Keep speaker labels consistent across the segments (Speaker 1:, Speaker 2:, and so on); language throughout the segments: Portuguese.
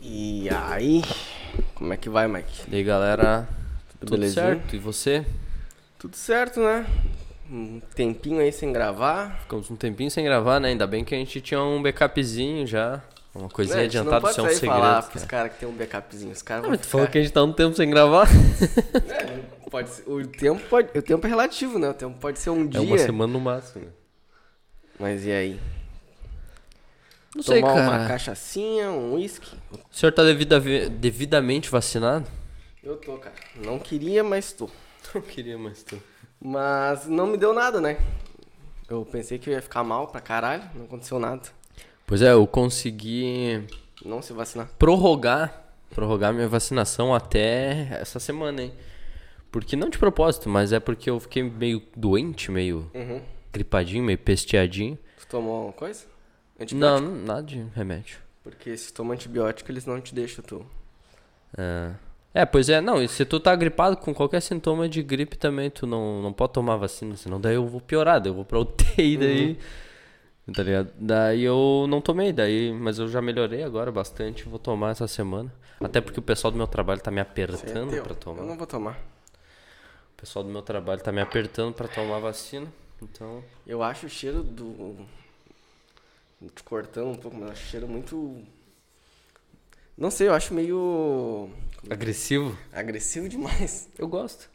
Speaker 1: E aí, como é que vai, Mike?
Speaker 2: E aí, galera? Tudo
Speaker 1: Belezinha?
Speaker 2: certo? E você?
Speaker 1: Tudo certo, né? Um tempinho aí sem gravar.
Speaker 2: Ficamos um tempinho sem gravar, né? Ainda bem que a gente tinha um backupzinho já. Uma coisinha
Speaker 1: Né, a gente não
Speaker 2: adiantada,
Speaker 1: pode
Speaker 2: isso é um
Speaker 1: sair
Speaker 2: segredo.
Speaker 1: falar
Speaker 2: cara.
Speaker 1: pros caras que tem um backupzinho. Os caras
Speaker 2: Não,
Speaker 1: vão
Speaker 2: mas tu falou
Speaker 1: ficar-
Speaker 2: que a gente tá um tempo sem gravar.
Speaker 1: É, pode ser- o, tempo pode, o tempo é relativo, né? O tempo pode ser um
Speaker 2: É
Speaker 1: dia.
Speaker 2: uma semana no máximo. né?
Speaker 1: Mas e aí?
Speaker 2: Não sei,
Speaker 1: Tomar
Speaker 2: cara.
Speaker 1: uma cachaçinha, um uísque?
Speaker 2: O senhor tá devida- devidamente vacinado?
Speaker 1: Eu tô, cara. Não queria, mas tô.
Speaker 2: Não queria mais tu.
Speaker 1: Mas não me deu nada, né? Eu pensei que eu ia ficar mal pra caralho, não aconteceu nada.
Speaker 2: Pois é, eu consegui
Speaker 1: Não se vacinar.
Speaker 2: prorrogar, prorrogar minha vacinação até essa semana, hein? Porque não de propósito, mas é porque eu fiquei meio doente, meio
Speaker 1: Uhum.
Speaker 2: gripadinho, meio pesteadinho.
Speaker 1: Tu tomou alguma coisa? Antibiótico?
Speaker 2: Não, não, nada de remédio.
Speaker 1: Porque se toma antibiótico, eles não te deixam tu.
Speaker 2: É. É, pois é, não, e se tu tá gripado com qualquer sintoma de gripe também, tu não, não pode tomar vacina, senão daí eu vou piorar, daí eu vou pra UTI,
Speaker 1: Uhum.
Speaker 2: daí. Tá ligado? Daí eu não tomei, daí, mas eu já melhorei agora bastante, vou tomar essa semana. Até porque o pessoal do meu trabalho tá me
Speaker 1: Isso aí é
Speaker 2: apertando
Speaker 1: teu.
Speaker 2: pra tomar.
Speaker 1: Eu não vou tomar.
Speaker 2: O pessoal do meu trabalho tá me apertando pra tomar vacina, então.
Speaker 1: Eu acho o cheiro do. Te cortando um pouco, mas eu acho o cheiro muito. Não sei, eu acho meio.
Speaker 2: Agressivo?
Speaker 1: agressivo demais.
Speaker 2: Eu gosto.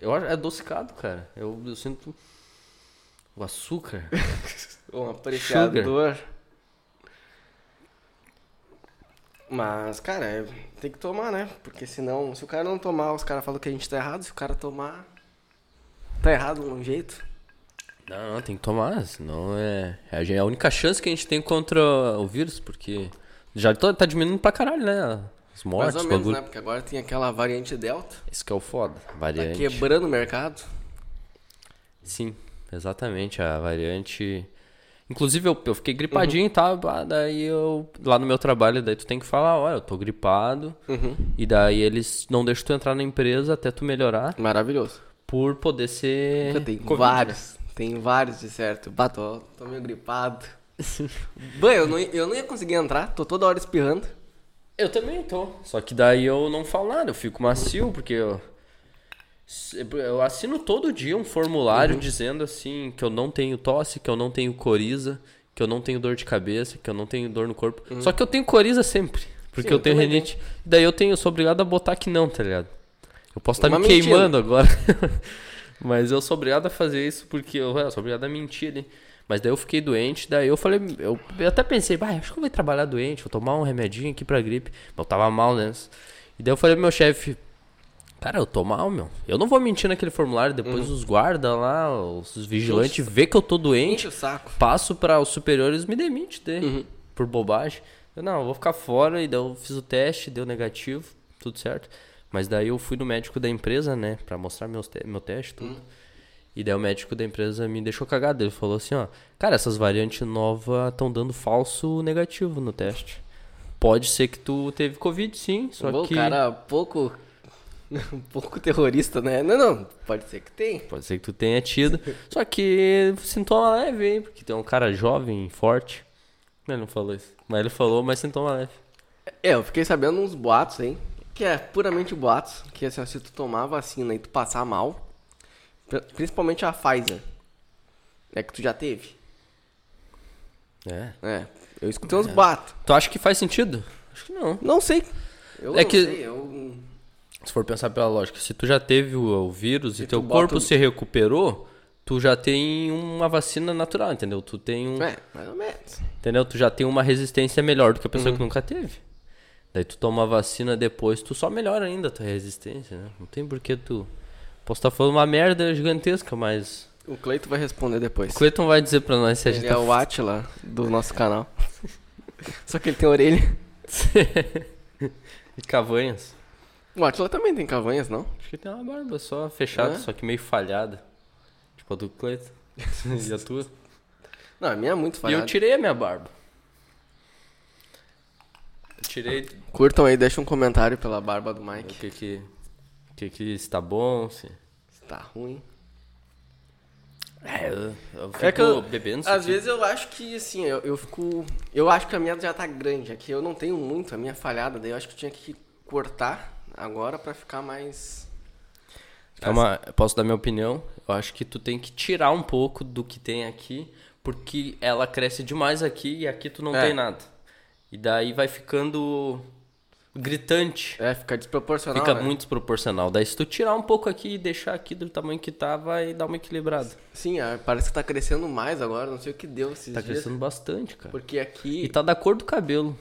Speaker 2: Eu acho, é adocicado, cara. Eu, eu sinto o açúcar.
Speaker 1: Um apreciador. Mas, cara, é- tem que tomar, né? Porque senão, se o cara não tomar, os caras falam que a gente tá errado. Se o cara tomar, tá errado de um jeito.
Speaker 2: Não, não, tem que tomar, senão é. É a gen- a única chance que a gente tem contra o vírus, porque já tá, tá diminuindo pra caralho, né? As mortes,
Speaker 1: Mais ou
Speaker 2: o
Speaker 1: menos,
Speaker 2: bagulho.
Speaker 1: né? Porque agora tem aquela variante Delta.
Speaker 2: Isso que é o foda.
Speaker 1: Tá
Speaker 2: Variante.
Speaker 1: quebrando o mercado.
Speaker 2: Sim, exatamente, a variante. Inclusive, eu, eu fiquei gripadinho, tá? Ah, Daí eu. Lá no meu trabalho, daí tu tem que falar, olha, eu tô gripado.
Speaker 1: Uhum.
Speaker 2: E daí eles não deixam tu entrar na empresa até tu melhorar
Speaker 1: Maravilhoso.
Speaker 2: por poder ser.
Speaker 1: Eu tenho
Speaker 2: É, Covid, né?
Speaker 1: vários. Tem vários, de certo. Bato, ó, tô meio gripado. Bem, eu não, ia- eu não ia conseguir entrar, tô toda hora espirrando.
Speaker 2: Eu também tô. Só que daí eu não falo nada, eu fico macio, porque eu. é, Eu assino todo dia um formulário
Speaker 1: Uhum.
Speaker 2: dizendo assim que eu não tenho tosse, que eu não tenho coriza, que eu não tenho dor de cabeça, que eu não tenho dor no corpo. Só que eu tenho coriza sempre, porque
Speaker 1: Uhum. Sim,
Speaker 2: eu
Speaker 1: eu
Speaker 2: tenho
Speaker 1: também
Speaker 2: renite. Daí eu tenho, eu sou obrigado a botar que não, tá ligado? Eu posso estar
Speaker 1: Uma
Speaker 2: me
Speaker 1: mentira.
Speaker 2: queimando agora. Mas eu sou obrigado a fazer isso porque eu, eu sou obrigado a mentir, né? Mas daí eu fiquei doente, daí eu falei, eu, eu até pensei, bah, acho que eu vou trabalhar doente, vou tomar um remedinho aqui pra gripe. Mas eu tava mal, né? E daí eu falei pro meu chefe, cara, eu tô mal, meu. Eu não vou mentir naquele formulário, depois os guarda lá, os vigilantes, vê que eu tô
Speaker 1: Enche
Speaker 2: doente,
Speaker 1: o saco.
Speaker 2: passo pra os superiores, me demite daí, por bobagem. Eu, não, eu vou ficar fora, e daí eu fiz o teste, deu negativo, tudo certo. Mas daí eu fui no médico da empresa, né, pra mostrar meus te- meu teste, tudo. E daí o médico da empresa me deixou cagado, ele falou assim, ó, cara, essas variantes novas estão dando falso negativo no teste. Pode ser que tu teve Covid, sim, só
Speaker 1: Bom,
Speaker 2: que...
Speaker 1: cara pouco. Um pouco terrorista, né? Não, não. Pode ser que tem.
Speaker 2: Pode ser que tu tenha tido. Só que sintoma leve, hein? Porque tem um cara jovem, forte. Ele não falou isso. Mas ele falou, mas sintoma leve.
Speaker 1: É, eu fiquei sabendo uns boatos aí, que é puramente boatos, que assim, ó, se tu tomar a vacina e tu passar mal, pri- principalmente a Pfizer, é que tu já teve.
Speaker 2: É.
Speaker 1: É, eu escutei uns boatos.
Speaker 2: Tu acha que faz sentido? Acho que não.
Speaker 1: Não sei. Eu
Speaker 2: É
Speaker 1: não
Speaker 2: que-
Speaker 1: sei, eu...
Speaker 2: Se for pensar pela lógica, se tu já teve o, o vírus e,
Speaker 1: E
Speaker 2: teu
Speaker 1: tu
Speaker 2: corpo
Speaker 1: bota o-
Speaker 2: se recuperou, tu já tem uma vacina natural, entendeu? Tu tem um.
Speaker 1: É, mais ou menos.
Speaker 2: Entendeu? Tu já tem uma resistência melhor do que a pessoa que nunca teve. Daí tu toma a vacina depois, tu só melhora ainda a tua resistência, né? Não tem por que tu. Posso estar falando uma merda gigantesca, mas.
Speaker 1: O Cleito vai responder depois.
Speaker 2: O Cleiton vai dizer pra nós se a gente
Speaker 1: Ele
Speaker 2: tá...
Speaker 1: é o Atila do nosso canal. Só que ele tem orelha.
Speaker 2: de cavanhas.
Speaker 1: O Atila também tem cavanhas, não?
Speaker 2: Acho que tem uma barba só fechada,
Speaker 1: É?
Speaker 2: só que meio falhada. Tipo a do Cleiton. e a tua.
Speaker 1: Não, a minha é muito
Speaker 2: E eu
Speaker 1: falhada.
Speaker 2: tirei a minha barba. Eu tirei
Speaker 1: Curtam aí, deixa um comentário pela barba do
Speaker 2: o
Speaker 1: Mike.
Speaker 2: que que... O que que está bom, se...
Speaker 1: Tá ruim.
Speaker 2: É, eu, eu fico
Speaker 1: É que eu-
Speaker 2: bebendo.
Speaker 1: Às vezes eu acho que, assim, eu, eu fico. Eu acho que a minha já tá grande. Aqui eu não tenho muito, a minha falhada. Daí eu acho que eu tinha que cortar agora pra ficar mais.
Speaker 2: Calma, É posso dar minha opinião? Eu acho que tu tem que tirar um pouco do que tem aqui, porque ela cresce demais aqui e aqui tu não
Speaker 1: É.
Speaker 2: tem nada. E daí vai ficando gritante.
Speaker 1: É, fica desproporcional.
Speaker 2: Fica
Speaker 1: né?
Speaker 2: muito desproporcional. Daí se tu tirar um pouco aqui e deixar aqui do tamanho que tá, vai dar uma equilibrada.
Speaker 1: Sim, ah, parece que tá crescendo mais agora. Não sei o que deu esses
Speaker 2: Tá
Speaker 1: dias.
Speaker 2: crescendo bastante, cara.
Speaker 1: Porque aqui.
Speaker 2: E tá da cor do cabelo.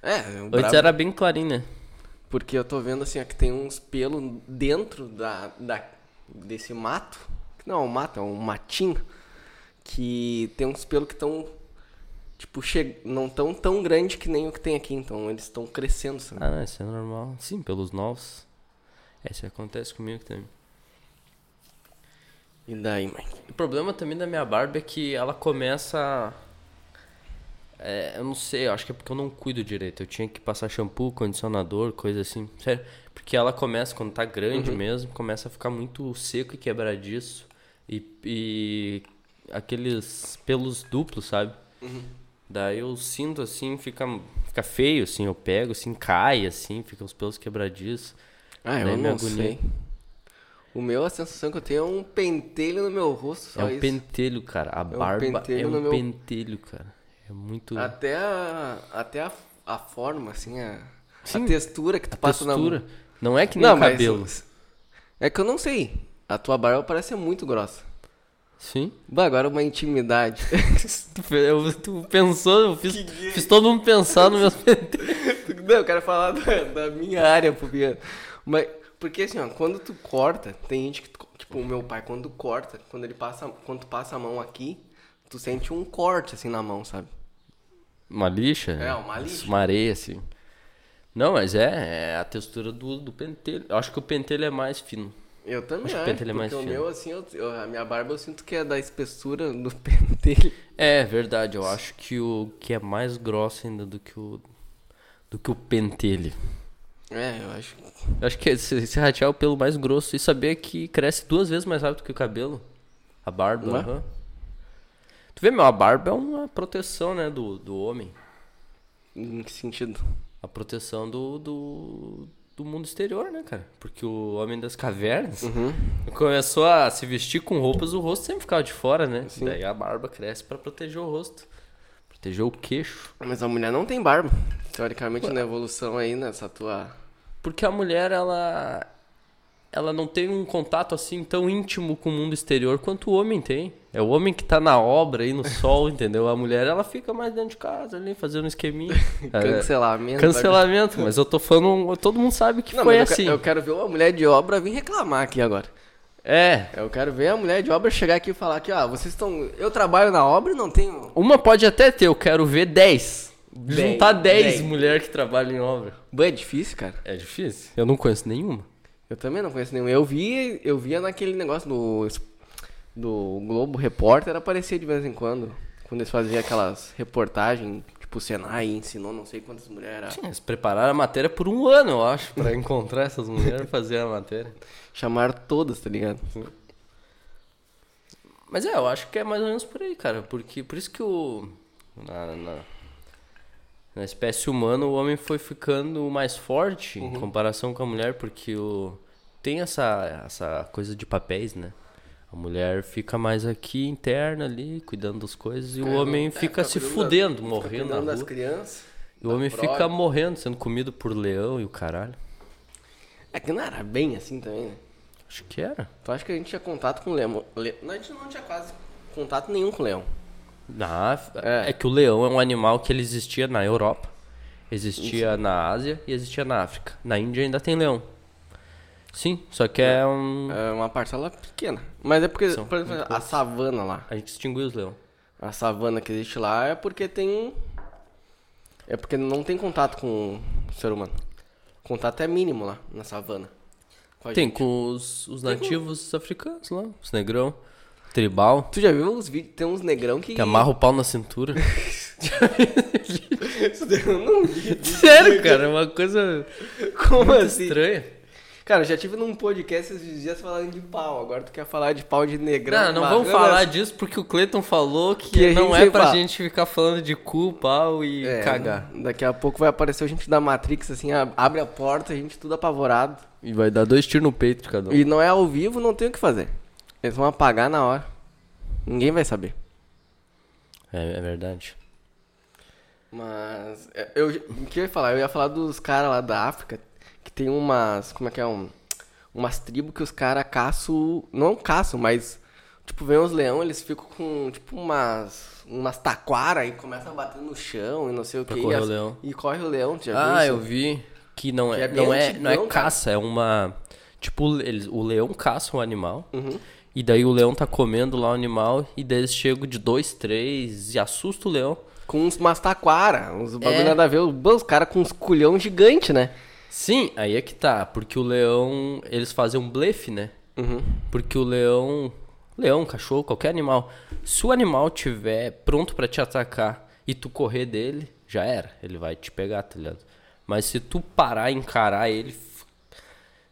Speaker 1: É, um
Speaker 2: Antes
Speaker 1: brabo.
Speaker 2: era bem clarinho, né?
Speaker 1: Porque eu tô vendo assim, ó, que tem uns pelos dentro da, da, desse mato. que Não é um mato, é um matinho. Que tem uns pelos que estão. Tipo, che... não tão tão grande que nem o que tem aqui. Então eles estão crescendo, sabe?
Speaker 2: Ah, não, isso é normal. Sim, pelos novos. É, isso acontece comigo também.
Speaker 1: E daí, mãe?
Speaker 2: O problema também da minha barba é que ela começa. É, eu não sei, eu acho que é porque eu não cuido direito. Eu tinha que passar shampoo, condicionador, coisa assim. Sério. Porque ela começa, quando tá grande
Speaker 1: Uhum.
Speaker 2: mesmo, começa a ficar muito seco e quebradiço. E, e aqueles pelos duplos, sabe?
Speaker 1: Uhum.
Speaker 2: Daí eu sinto assim, fica, fica feio, assim. Eu pego, assim, cai, assim, fica os pelos quebradiços.
Speaker 1: Ah,
Speaker 2: Daí
Speaker 1: eu
Speaker 2: me
Speaker 1: não
Speaker 2: agonia.
Speaker 1: sei. O meu, a sensação que eu tenho é um pentelho no meu rosto, só
Speaker 2: é um
Speaker 1: isso.
Speaker 2: pentelho, cara. A barba é
Speaker 1: pentelho no
Speaker 2: um
Speaker 1: meu- Ah,
Speaker 2: pentelho, cara. É muito.
Speaker 1: Até a, até a, a forma, assim, a, a
Speaker 2: Sim.
Speaker 1: textura que tu passa na
Speaker 2: textura. Não é que nem
Speaker 1: Não,
Speaker 2: não,
Speaker 1: mas
Speaker 2: cabelo.
Speaker 1: É que eu não sei. A tua barba parece ser muito grossa.
Speaker 2: Sim.
Speaker 1: Bah, agora uma intimidade.
Speaker 2: Tu, fe- eu- tu pensou, eu fiz, fiz todo mundo pensar no meu
Speaker 1: não, eu quero falar da, da minha área, porque... Mas, porque assim, ó, quando tu corta, tem gente que... tu- Tipo, o meu pai, quando tu corta, quando ele passa... Quando tu passa a mão aqui, tu sente um corte, assim, na mão, sabe?
Speaker 2: Uma lixa?
Speaker 1: É, uma lixa.
Speaker 2: Uma areia, assim. Não, mas é, é a textura do, do pentelho. Eu acho que o pentelho é mais fino.
Speaker 1: Eu também
Speaker 2: Acho que o
Speaker 1: acho,
Speaker 2: pentelho é
Speaker 1: porque
Speaker 2: mais
Speaker 1: o
Speaker 2: fino.
Speaker 1: meu, assim, eu- eu- a minha barba eu sinto que é da espessura do pentelho.
Speaker 2: É, verdade. Eu acho que o que é mais grosso ainda do que o. Do que o pentelho.
Speaker 1: É, eu acho que...
Speaker 2: Eu acho que se, se ratear é o pelo mais grosso e saber que cresce duas vezes mais rápido que o cabelo. A barba,
Speaker 1: Ué?
Speaker 2: aham. Tu vê, meu, a barba é uma proteção, né, do, do homem.
Speaker 1: Em que sentido?
Speaker 2: A proteção do, do, do mundo exterior, né, cara? Porque o homem das cavernas começou a se vestir com roupas, o rosto sempre ficava de fora, né? Daí a barba cresce pra proteger o rosto. Proteger o queixo.
Speaker 1: Mas a mulher não tem barba. Teoricamente, na evolução aí, nessa tua...
Speaker 2: Porque a mulher, ela. Ela não tem um contato assim tão íntimo com o mundo exterior quanto o homem tem. É o homem que tá na obra aí no sol, entendeu? A mulher, ela fica mais dentro de casa ali, fazendo um esqueminha. É,
Speaker 1: Cancelamento.
Speaker 2: cancelamento, mas eu tô falando. um, Todo mundo sabe que
Speaker 1: Não,
Speaker 2: foi
Speaker 1: mas eu que-
Speaker 2: assim.
Speaker 1: eu quero ver uma mulher de obra vir reclamar aqui agora.
Speaker 2: É.
Speaker 1: Eu quero ver a mulher de obra chegar aqui e falar que, ó, vocês estão. Eu trabalho na obra e não tenho.
Speaker 2: Uma pode até ter, eu quero ver 10.
Speaker 1: Dez,
Speaker 2: Juntar 10
Speaker 1: dez.
Speaker 2: mulheres que trabalham em obra.
Speaker 1: Bã, é difícil, cara.
Speaker 2: É difícil. Eu não conheço nenhuma.
Speaker 1: Eu também não conheço nenhum. Eu vi, eu via naquele negócio do. Do Globo Repórter aparecia de vez em quando. Quando eles faziam aquelas reportagens, tipo, o Senai ensinou não sei quantas mulheres a.
Speaker 2: Eles prepararam a matéria por um ano, eu acho, pra encontrar essas mulheres e fazer a matéria.
Speaker 1: Chamaram todas, tá ligado?
Speaker 2: Mas é, eu acho que é mais ou menos por aí, cara. Porque por isso que o. Na, na, na espécie humana o homem foi ficando mais forte em comparação com a mulher, porque o. Tem essa, essa coisa de papéis, né? A mulher fica mais aqui interna ali, cuidando das coisas, e o homem fica se fudendo, morrendo na
Speaker 1: das
Speaker 2: rua.
Speaker 1: crianças.
Speaker 2: E o homem
Speaker 1: prole.
Speaker 2: fica morrendo, sendo comido por leão e o caralho.
Speaker 1: É que não era bem assim também, né?
Speaker 2: Acho que era.
Speaker 1: Tu acha que a gente tinha contato com o leão? Le... Não, a gente não tinha quase contato nenhum com o leão.
Speaker 2: Na Áf-
Speaker 1: É.
Speaker 2: é. que o leão é um animal que ele existia na Europa, existia na Ásia e existia na África. Na Índia ainda tem leão. Sim, só que é um.
Speaker 1: É uma parcela pequena. Mas é porque, por exemplo, a savana lá.
Speaker 2: A gente extinguiu os leões.
Speaker 1: A savana que existe lá é porque tem. É porque não tem contato com o ser humano. O contato é mínimo lá na savana. Com a
Speaker 2: Tem
Speaker 1: gente.
Speaker 2: com os, os nativos africanos lá, os negrão, tribal,
Speaker 1: Tu já viu os vídeos? Tem uns negrão que.
Speaker 2: que amarra o pau na cintura.
Speaker 1: Isso daí eu não vi.
Speaker 2: Sério, cara, é uma coisa
Speaker 1: Como
Speaker 2: muito
Speaker 1: assim?
Speaker 2: estranha.
Speaker 1: Cara, eu já tive num podcast esses dias falando de pau. Agora tu quer falar de pau de negrão. né?
Speaker 2: Não, não
Speaker 1: barrana.
Speaker 2: vamos falar disso porque o Cleiton falou que,
Speaker 1: Que a
Speaker 2: não
Speaker 1: gente
Speaker 2: é
Speaker 1: vai
Speaker 2: pra
Speaker 1: falar.
Speaker 2: gente ficar falando de cu, pau e
Speaker 1: É,
Speaker 2: cagar.
Speaker 1: Daqui a pouco vai aparecer a gente da Matrix, assim, a- abre a porta, a gente tudo apavorado.
Speaker 2: E vai dar dois tiros no peito de cada um.
Speaker 1: E não é ao vivo, não tem o que fazer. Eles vão apagar na hora. Ninguém vai saber.
Speaker 2: É, é verdade.
Speaker 1: Mas é, eu o que eu ia falar, eu ia falar dos caras lá da África que tem umas, como é que é um, umas tribos que os caras caçam, não caçam, mas tipo vem os leão, eles ficam com tipo umas umas taquara e começam a bater no chão e não sei o
Speaker 2: Pra
Speaker 1: que
Speaker 2: correr
Speaker 1: e, as-
Speaker 2: o leão.
Speaker 1: e corre o leão, tu já viu
Speaker 2: Ah,
Speaker 1: isso?
Speaker 2: eu vi que não
Speaker 1: É né? Que
Speaker 2: é,
Speaker 1: é bem
Speaker 2: não é, não é
Speaker 1: antigão, cara.
Speaker 2: caça, é uma tipo eles, o leão caça um animal.
Speaker 1: Uhum.
Speaker 2: E daí o leão tá comendo lá o animal e daí eles chegam de dois, três e assusta o leão.
Speaker 1: com uns umas taquara, uns bagulho
Speaker 2: É.
Speaker 1: nada a ver, Bom, os caras com uns culhão gigante, né?
Speaker 2: Sim, aí é que tá, porque o leão, eles fazem um blefe, né?
Speaker 1: Uhum.
Speaker 2: Porque o leão, leão, cachorro, qualquer animal, se o animal tiver pronto pra te atacar e tu correr dele, já era, ele vai te pegar, tá ligado? Mas se tu parar e encarar ele, f-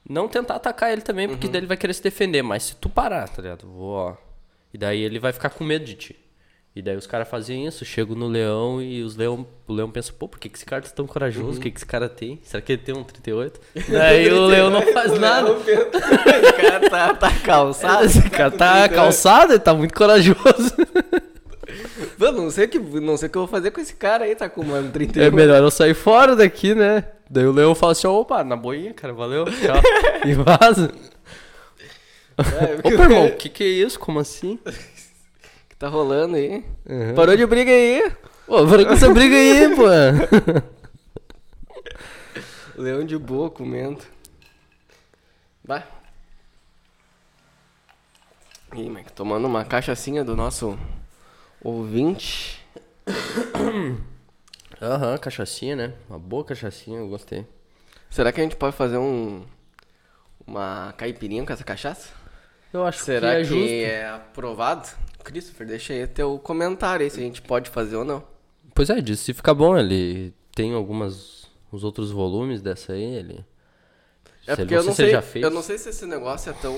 Speaker 2: não tentar atacar ele também, porque daí ele vai querer se defender, mas se tu parar, tá ligado? Vou, ó. E daí ele vai ficar com medo de ti. E daí os caras fazem isso, chegam no leão e os leão, o leão pensa, pô, por que, que esse cara tá tão corajoso? O que, que esse cara tem? Será que ele tem um 38? Daí o leão não faz nada.
Speaker 1: o cara tá, tá calçado.
Speaker 2: Esse cara tá calçado, ele tá muito corajoso.
Speaker 1: Mano, não sei o que, não sei o que eu vou fazer com esse cara aí, tá com mano 31.
Speaker 2: É melhor eu sair fora daqui, né? Daí o leão fala assim, opa, na boinha, cara, valeu, tchau. E vaza.
Speaker 1: É,
Speaker 2: Opa, irmão, o que que é isso? Como assim?
Speaker 1: que tá rolando aí.
Speaker 2: Uhum.
Speaker 1: Parou de briga aí.
Speaker 2: Ô, para com essa briga aí, pô.
Speaker 1: Leão de boa comendo. Vai. Ih, mas tomando uma cachaçinha do nosso ouvinte.
Speaker 2: Aham, cachaçinha, né? Uma boa cachaçinha, eu gostei.
Speaker 1: Será que a gente pode fazer um. Uma caipirinha com essa cachaça?
Speaker 2: Eu acho
Speaker 1: Será
Speaker 2: que é
Speaker 1: que
Speaker 2: justo.
Speaker 1: é aprovado? Christopher, deixa aí teu comentário aí se a gente pode fazer ou não.
Speaker 2: Pois é, diz, se ficar bom, ele tem algumas... Os outros volumes dessa aí, ele...
Speaker 1: É
Speaker 2: Se-
Speaker 1: porque eu
Speaker 2: se
Speaker 1: não
Speaker 2: você
Speaker 1: sei,
Speaker 2: já fez.
Speaker 1: eu não sei se esse negócio é tão,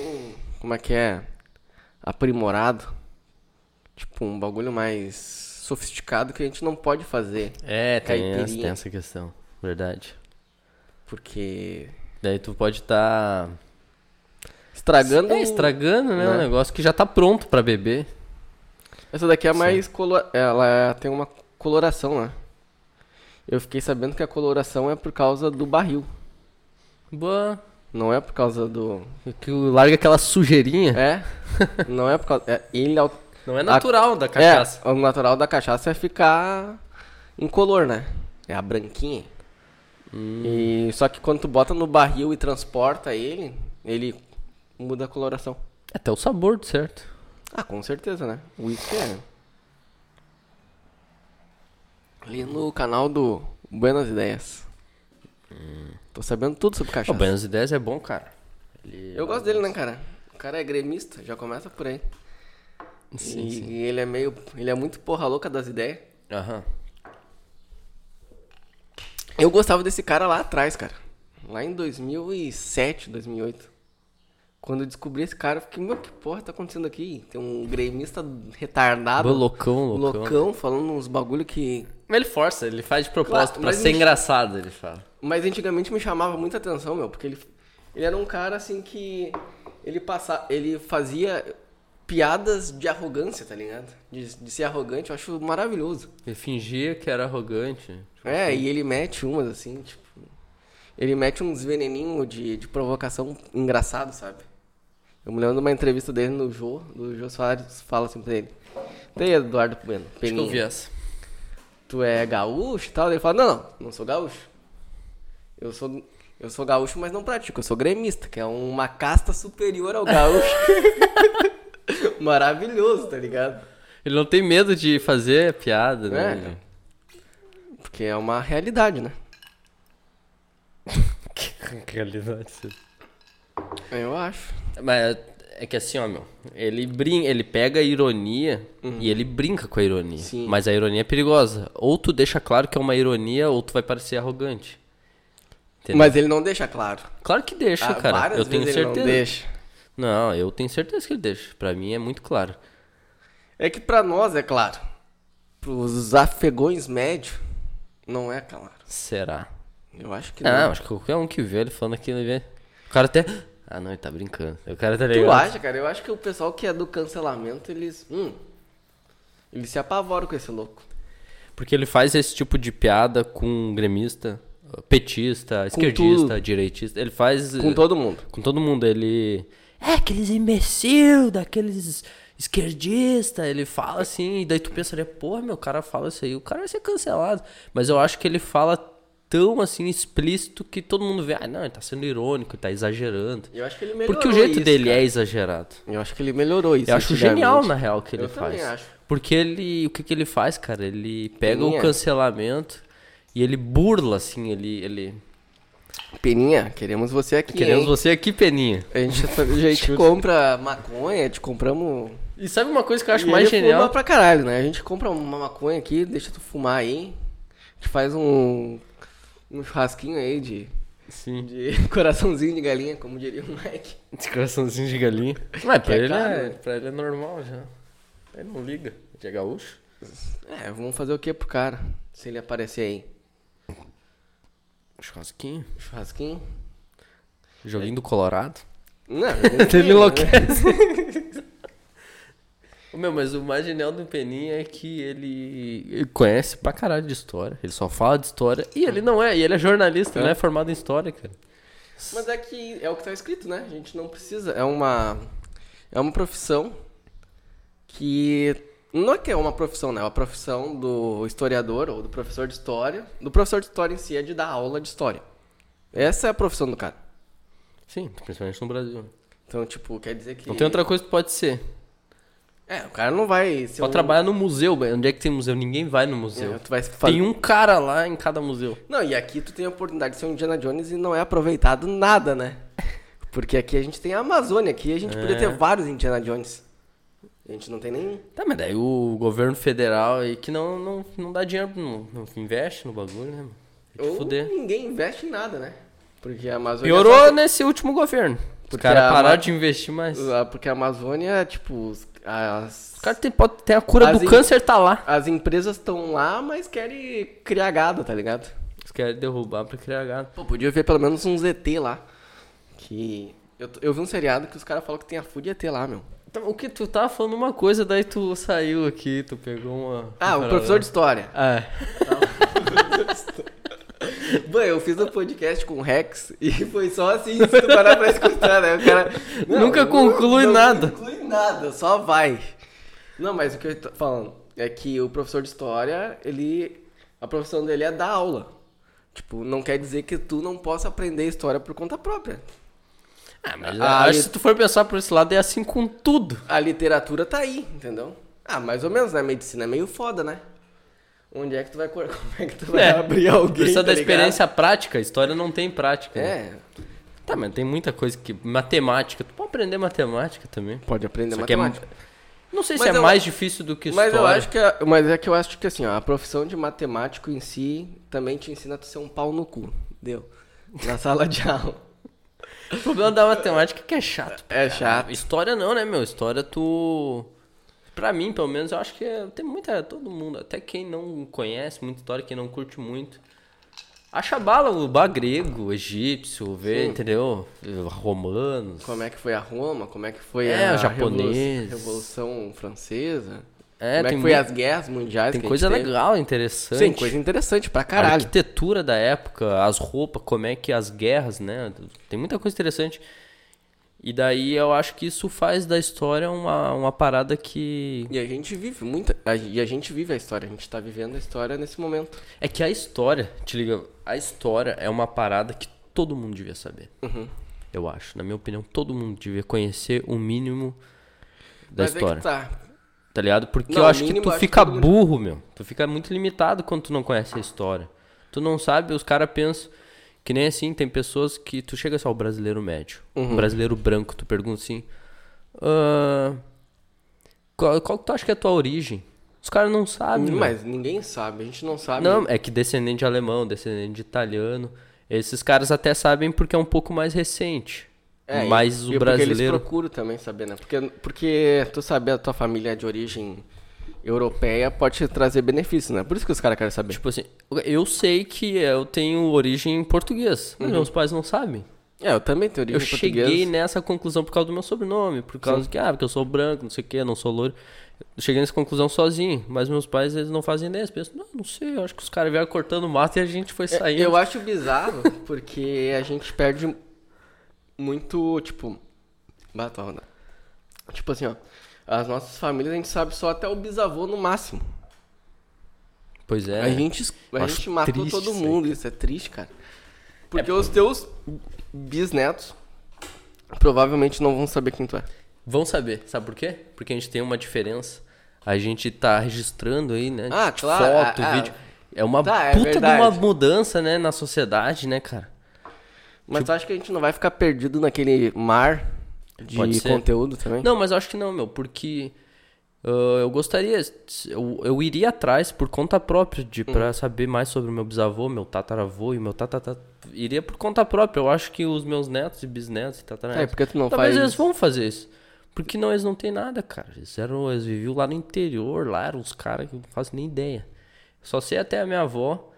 Speaker 1: como é que é, aprimorado, tipo um bagulho mais sofisticado que a gente não pode fazer,
Speaker 2: É, tem, essa-
Speaker 1: Caipirinha.
Speaker 2: tem essa questão, verdade.
Speaker 1: porque
Speaker 2: Daí tu pode estar... Tá...
Speaker 1: estragando.
Speaker 2: É, estragando, né?
Speaker 1: né?
Speaker 2: Um negócio que já tá pronto pra beber.
Speaker 1: Essa daqui é mais colo... ela tem uma coloração, né? Eu fiquei sabendo que a coloração é por causa do barril,
Speaker 2: Boa.
Speaker 1: não é por causa do,
Speaker 2: Que larga aquela sujeirinha.
Speaker 1: é, não é por causa, é, ele al-
Speaker 2: Não é
Speaker 1: natural
Speaker 2: da
Speaker 1: É, o natural da cachaça é ficar incolor, né? É a branquinha.
Speaker 2: Hum.
Speaker 1: E só que quando tu bota no barril e transporta ele, ele muda a coloração.
Speaker 2: É Até o sabor, certo?
Speaker 1: Ah, com certeza, né? Whisky é. Ali no canal do Buenas Ideias.
Speaker 2: Hum.
Speaker 1: Tô sabendo tudo sobre
Speaker 2: O
Speaker 1: cachaça.
Speaker 2: Buenos Ideias é bom, cara. Ele-
Speaker 1: Eu gosto dele, né, cara? O cara é gremista, já começa por aí.
Speaker 2: Sim,
Speaker 1: e, e ele é meio. Ele é muito porra louca das ideias.
Speaker 2: Aham.
Speaker 1: Eu gostava desse cara lá atrás, cara. Lá em 2007, 2008. Quando eu descobri esse cara, eu fiquei, meu, que porra tá acontecendo aqui? Tem um gremista retardado.
Speaker 2: Bô, loucão, loucão.
Speaker 1: loucão, falando uns bagulho que.
Speaker 2: Mas ele força, ele faz de
Speaker 1: propósito, pra ser
Speaker 2: engraçado, ele fala.
Speaker 1: Mas antigamente me chamava muita atenção, meu, porque ele, ele era um cara assim que. Ele passa, ele fazia piadas de arrogância, tá ligado? De, de ser arrogante, eu acho maravilhoso.
Speaker 2: Ele fingia que era arrogante.
Speaker 1: É,
Speaker 2: Tipo,
Speaker 1: e ele mete umas assim, tipo. Ele mete uns veneninhos de, de provocação engraçado, sabe? Eu me lembro de uma entrevista dele no Jô, do Jô Soares, fala assim pra ele. Tem Eduardo Bueno,
Speaker 2: Acho que eu vi
Speaker 1: Peninha,
Speaker 2: essa.
Speaker 1: tu é gaúcho e tal? Ele fala, não, não, não sou gaúcho. Eu sou, eu sou gaúcho, mas não pratico, eu sou gremista, que é uma casta superior ao gaúcho. Maravilhoso, tá ligado?
Speaker 2: Ele não tem medo de fazer piada,
Speaker 1: É.
Speaker 2: né?
Speaker 1: Porque é uma realidade, né?
Speaker 2: Que realidade.
Speaker 1: Eu acho.
Speaker 2: Mas é que assim, ó, meu, ele brin ele pega a ironia e ele brinca com a ironia.
Speaker 1: Sim.
Speaker 2: Mas a ironia é perigosa. Ou tu deixa claro que é uma ironia, ou tu vai parecer arrogante. Entendeu?
Speaker 1: Mas ele não deixa claro.
Speaker 2: Claro que deixa,
Speaker 1: Ah,
Speaker 2: cara.
Speaker 1: várias
Speaker 2: Eu tenho
Speaker 1: vezes ele
Speaker 2: certeza.
Speaker 1: não deixa.
Speaker 2: Não, eu tenho certeza que ele deixa. Pra mim é muito claro.
Speaker 1: É que pra nós é claro. Pros afegões médios, não é claro.
Speaker 2: Será?
Speaker 1: Eu acho que
Speaker 2: Ah,
Speaker 1: não.
Speaker 2: acho que qualquer um que vê ele falando aquilo, ele vê. O cara até. Ah, não, ele tá brincando. O cara tá
Speaker 1: Tu
Speaker 2: ligado.
Speaker 1: acha, cara? Eu acho que o pessoal que é do cancelamento, eles. Hum, eles se apavoram com esse louco.
Speaker 2: Porque ele faz esse tipo de piada com gremista, petista, esquerdista,
Speaker 1: tudo.
Speaker 2: direitista. Ele faz. eh,
Speaker 1: Com todo mundo.
Speaker 2: com todo mundo. Ele. É, aqueles imbecil, daqueles esquerdista. Ele fala assim, e daí tu pensaria, porra, meu, o cara fala isso aí, o cara vai ser cancelado. Mas eu acho que ele fala tão assim explícito que todo mundo vê, ah, não, ele tá sendo irônico, ele tá exagerando.
Speaker 1: Eu acho que ele melhorou.
Speaker 2: Porque o jeito
Speaker 1: isso,
Speaker 2: dele
Speaker 1: cara.
Speaker 2: é exagerado.
Speaker 1: Eu acho que ele melhorou isso.
Speaker 2: Eu acho
Speaker 1: antigamente.
Speaker 2: genial, né? na real, que ele
Speaker 1: Eu
Speaker 2: faz.
Speaker 1: também acho.
Speaker 2: Porque ele. O que, que ele faz, cara? Ele pega
Speaker 1: Peninha.
Speaker 2: o cancelamento e ele burla, assim, ele. ele...
Speaker 1: Peninha, queremos você aqui.
Speaker 2: Queremos
Speaker 1: hein?
Speaker 2: você aqui, Peninha.
Speaker 1: A gente, a gente compra maconha, te compramos.
Speaker 2: E sabe uma coisa que eu acho
Speaker 1: E
Speaker 2: mais
Speaker 1: ele
Speaker 2: genial?
Speaker 1: Fuma pra caralho, né? A gente compra uma maconha aqui, deixa tu fumar aí. A gente faz um. Um churrasquinho aí de.
Speaker 2: Sim.
Speaker 1: De coraçãozinho de galinha, como diria o Mike.
Speaker 2: Esse coraçãozinho de galinha. Mas pra,
Speaker 1: é
Speaker 2: ele
Speaker 1: caro,
Speaker 2: é,
Speaker 1: né?
Speaker 2: pra ele é normal já. Ele não liga. Ele é gaúcho?
Speaker 1: É, vamos fazer o que pro cara? Se ele aparecer aí.
Speaker 2: Churrasquinho.
Speaker 1: Churrasquinho?
Speaker 2: Joguinho do Colorado.
Speaker 1: Não, né?
Speaker 2: Ele
Speaker 1: louco.
Speaker 2: enlouquece. Ô, Meu, mas o mais genial do Peninha é que ele, ele conhece pra caralho de história. Ele só fala de história. E ele não é, e ele é jornalista, ele não é formado em história, cara.
Speaker 1: Mas é que é o que tá escrito, né? A gente não precisa. É uma. É uma profissão que. Não é que é uma profissão, né? É uma profissão do historiador ou do professor de história. Do professor de história em si é de dar aula de história. Essa é a profissão do cara.
Speaker 2: Sim, principalmente no Brasil.
Speaker 1: Então, tipo, quer dizer que.
Speaker 2: Não tem outra coisa que pode ser.
Speaker 1: É, o cara não vai ser.
Speaker 2: Só
Speaker 1: um-
Speaker 2: trabalhar no museu, velho. Onde é que tem museu? Ninguém vai no museu.
Speaker 1: É, tu vai fazer...
Speaker 2: Tem um cara lá em cada museu.
Speaker 1: Não, e aqui tu tem a oportunidade de ser um Indiana Jones e não é aproveitado nada, né? Porque aqui a gente tem a Amazônia, aqui a gente podia
Speaker 2: É.
Speaker 1: ter vários Indiana Jones. A gente não tem nenhum.
Speaker 2: Tá, mas daí o governo federal aí que não, não, não dá dinheiro, não, não investe no bagulho, né? mano? Vai te
Speaker 1: Ou
Speaker 2: fuder.
Speaker 1: ninguém investe em nada, né? Porque a Amazônia.
Speaker 2: Piorou
Speaker 1: só-
Speaker 2: nesse último governo. Os
Speaker 1: Porque
Speaker 2: caras
Speaker 1: a
Speaker 2: pararam
Speaker 1: ma-
Speaker 2: de investir mais. Os
Speaker 1: Ah, Porque a Amazônia, tipo, os- as,
Speaker 2: caras tem, pode- tem a cura
Speaker 1: As
Speaker 2: do
Speaker 1: em-
Speaker 2: câncer, tá lá.
Speaker 1: as empresas estão lá, mas querem criar gado, tá ligado?
Speaker 2: Eles querem derrubar pra criar gado.
Speaker 1: Pô, podia ver pelo menos um ZT lá. Que. Eu, t- eu vi um seriado que os caras falam que tem a Food ET lá, meu.
Speaker 2: Então, o que tu tava falando uma coisa, daí tu saiu aqui, tu pegou uma. É.
Speaker 1: Ah, o
Speaker 2: uma
Speaker 1: professor de história.
Speaker 2: parada.
Speaker 1: Bom, eu fiz um podcast com o Rex e foi só assim, se tu parar pra escutar, né? O cara.
Speaker 2: Nunca conclui nada.
Speaker 1: Não conclui nada, só vai. Não, mas o que eu tô falando é que o professor de história, ele. A profissão dele é dar aula. Tipo, não quer dizer que tu não possa aprender história por conta própria.
Speaker 2: Ah, mas
Speaker 1: Ah,
Speaker 2: acho que
Speaker 1: e-
Speaker 2: se tu for pensar por esse lado, é assim com tudo.
Speaker 1: A literatura tá aí, entendeu? Ah, mais ou menos, né? Medicina é meio foda, né? Onde é que tu vai. cor- Como é que tu vai
Speaker 2: É,
Speaker 1: abrir alguém?
Speaker 2: Precisa
Speaker 1: tá
Speaker 2: da
Speaker 1: ligado?
Speaker 2: experiência prática, a história não tem prática. né?
Speaker 1: É,
Speaker 2: Tá, mas tem muita coisa que. Matemática, tu pode aprender matemática também.
Speaker 1: pode aprender
Speaker 2: Só que é
Speaker 1: matemática.
Speaker 2: Não sei
Speaker 1: Mas
Speaker 2: se é
Speaker 1: eu-
Speaker 2: mais difícil do que
Speaker 1: Mas
Speaker 2: história.
Speaker 1: eu acho que a- mas é que eu acho que assim, ó, a profissão de matemático em si também te ensina a tu ser um pau no cu, deu? Na sala de aula.
Speaker 2: O problema da matemática é que é chato.
Speaker 1: É chato.
Speaker 2: História não, né, meu? História tu. Pra mim, pelo menos, eu acho que é- tem muita. Todo mundo, até quem não conhece muito história, quem não curte muito. Acha bala o bar grego, egípcio, vê, entendeu? Romanos.
Speaker 1: Como é que foi a Roma? Como é que foi
Speaker 2: É,
Speaker 1: a
Speaker 2: o japonês.
Speaker 1: revolu- Revolução Francesa? Como
Speaker 2: É,
Speaker 1: é
Speaker 2: tem
Speaker 1: que foi
Speaker 2: muito-
Speaker 1: as guerras mundiais?
Speaker 2: Tem
Speaker 1: que a
Speaker 2: coisa
Speaker 1: gente teve?
Speaker 2: legal, interessante.
Speaker 1: Sim, coisa interessante pra
Speaker 2: A
Speaker 1: caralho.
Speaker 2: arquitetura da época, as roupas, como é que as guerras, né? Tem muita coisa interessante. E daí eu acho que isso faz da história uma, uma parada que.
Speaker 1: E a gente vive muita. a- E a gente vive a história, a gente tá vivendo a história nesse momento.
Speaker 2: É que a história, te liga, a história é uma parada que todo mundo devia saber.
Speaker 1: Uhum.
Speaker 2: Eu acho. Na minha opinião, todo mundo devia conhecer o mínimo da
Speaker 1: Mas
Speaker 2: história.
Speaker 1: É que tá.
Speaker 2: Tá ligado? Porque
Speaker 1: Não,
Speaker 2: eu acho que
Speaker 1: mínimo,
Speaker 2: tu
Speaker 1: acho que
Speaker 2: fica
Speaker 1: todo mundo-
Speaker 2: burro, meu. Tu fica muito limitado quando tu não conhece a história. Tu não sabe, os caras pensam. Que nem assim, tem pessoas que tu chega só o brasileiro médio,
Speaker 1: Uhum.
Speaker 2: o brasileiro branco, tu pergunta assim: "Ah, qual, qual que tu acha que é a tua origem? Os caras não sabem, meu.
Speaker 1: Mas ninguém sabe, a gente não sabe.
Speaker 2: Não, é que descendente de alemão, descendente de italiano. Esses caras até sabem porque é um pouco mais recente.
Speaker 1: É, e- e
Speaker 2: mas o
Speaker 1: Porque eles
Speaker 2: brasileiro.
Speaker 1: procuram também saber, né? Porque, porque tu saber a tua família é de origem europeia pode te trazer benefícios, né? Por isso que os caras querem saber.
Speaker 2: Tipo assim, eu sei que eu tenho origem portuguesa, mas meus pais não sabem.
Speaker 1: é, eu também tenho Uhum. origem
Speaker 2: Eu
Speaker 1: portuguesa.
Speaker 2: cheguei nessa conclusão por causa do meu sobrenome, por causa que, ah, porque eu sou branco, não sei o que, não sou loiro. Eu cheguei nessa conclusão sozinho, mas meus pais, eles não fazem ideia. Eles pensam, não, não sei, eu acho que os caras vieram cortando mato e a gente foi
Speaker 1: É,
Speaker 2: saindo.
Speaker 1: Eu acho bizarro, porque a gente perde muito, tipo. Bata onda. Tipo assim, ó. As nossas famílias a gente sabe só até o bisavô no máximo.
Speaker 2: Pois é.
Speaker 1: A gente, a
Speaker 2: acho
Speaker 1: gente matou
Speaker 2: triste
Speaker 1: todo
Speaker 2: isso aí, É.
Speaker 1: mundo, isso é triste, cara. Porque os teus bisnetos provavelmente não vão saber quem tu é.
Speaker 2: Vão saber, sabe por quê? Porque a gente tem uma diferença. A gente tá registrando aí, né?
Speaker 1: Ah, claro,
Speaker 2: Foto,
Speaker 1: ah, ah.
Speaker 2: vídeo. É uma
Speaker 1: Tá, é
Speaker 2: puta de uma
Speaker 1: verdade.
Speaker 2: mudança, né, na sociedade, né, cara? Tipo
Speaker 1: Mas tu acha que a gente não vai ficar perdido naquele mar
Speaker 2: Pode
Speaker 1: de
Speaker 2: ser.
Speaker 1: conteúdo também?
Speaker 2: Não, mas eu acho que não, meu, porque ah, eu gostaria, eu, eu iria atrás por conta própria de para saber mais sobre o meu bisavô, meu tataravô e meu tatatá. Iria por conta própria. Eu acho que os meus netos e bisnetos e tataranetos.
Speaker 1: É, porque tu não
Speaker 2: Talvez
Speaker 1: faz-
Speaker 2: eles vão fazer isso. Porque não, eles não têm nada, cara. Eles, eram, eles viviam lá no interior, lá eram os caras que eu não faço nem ideia. Só sei até a minha avó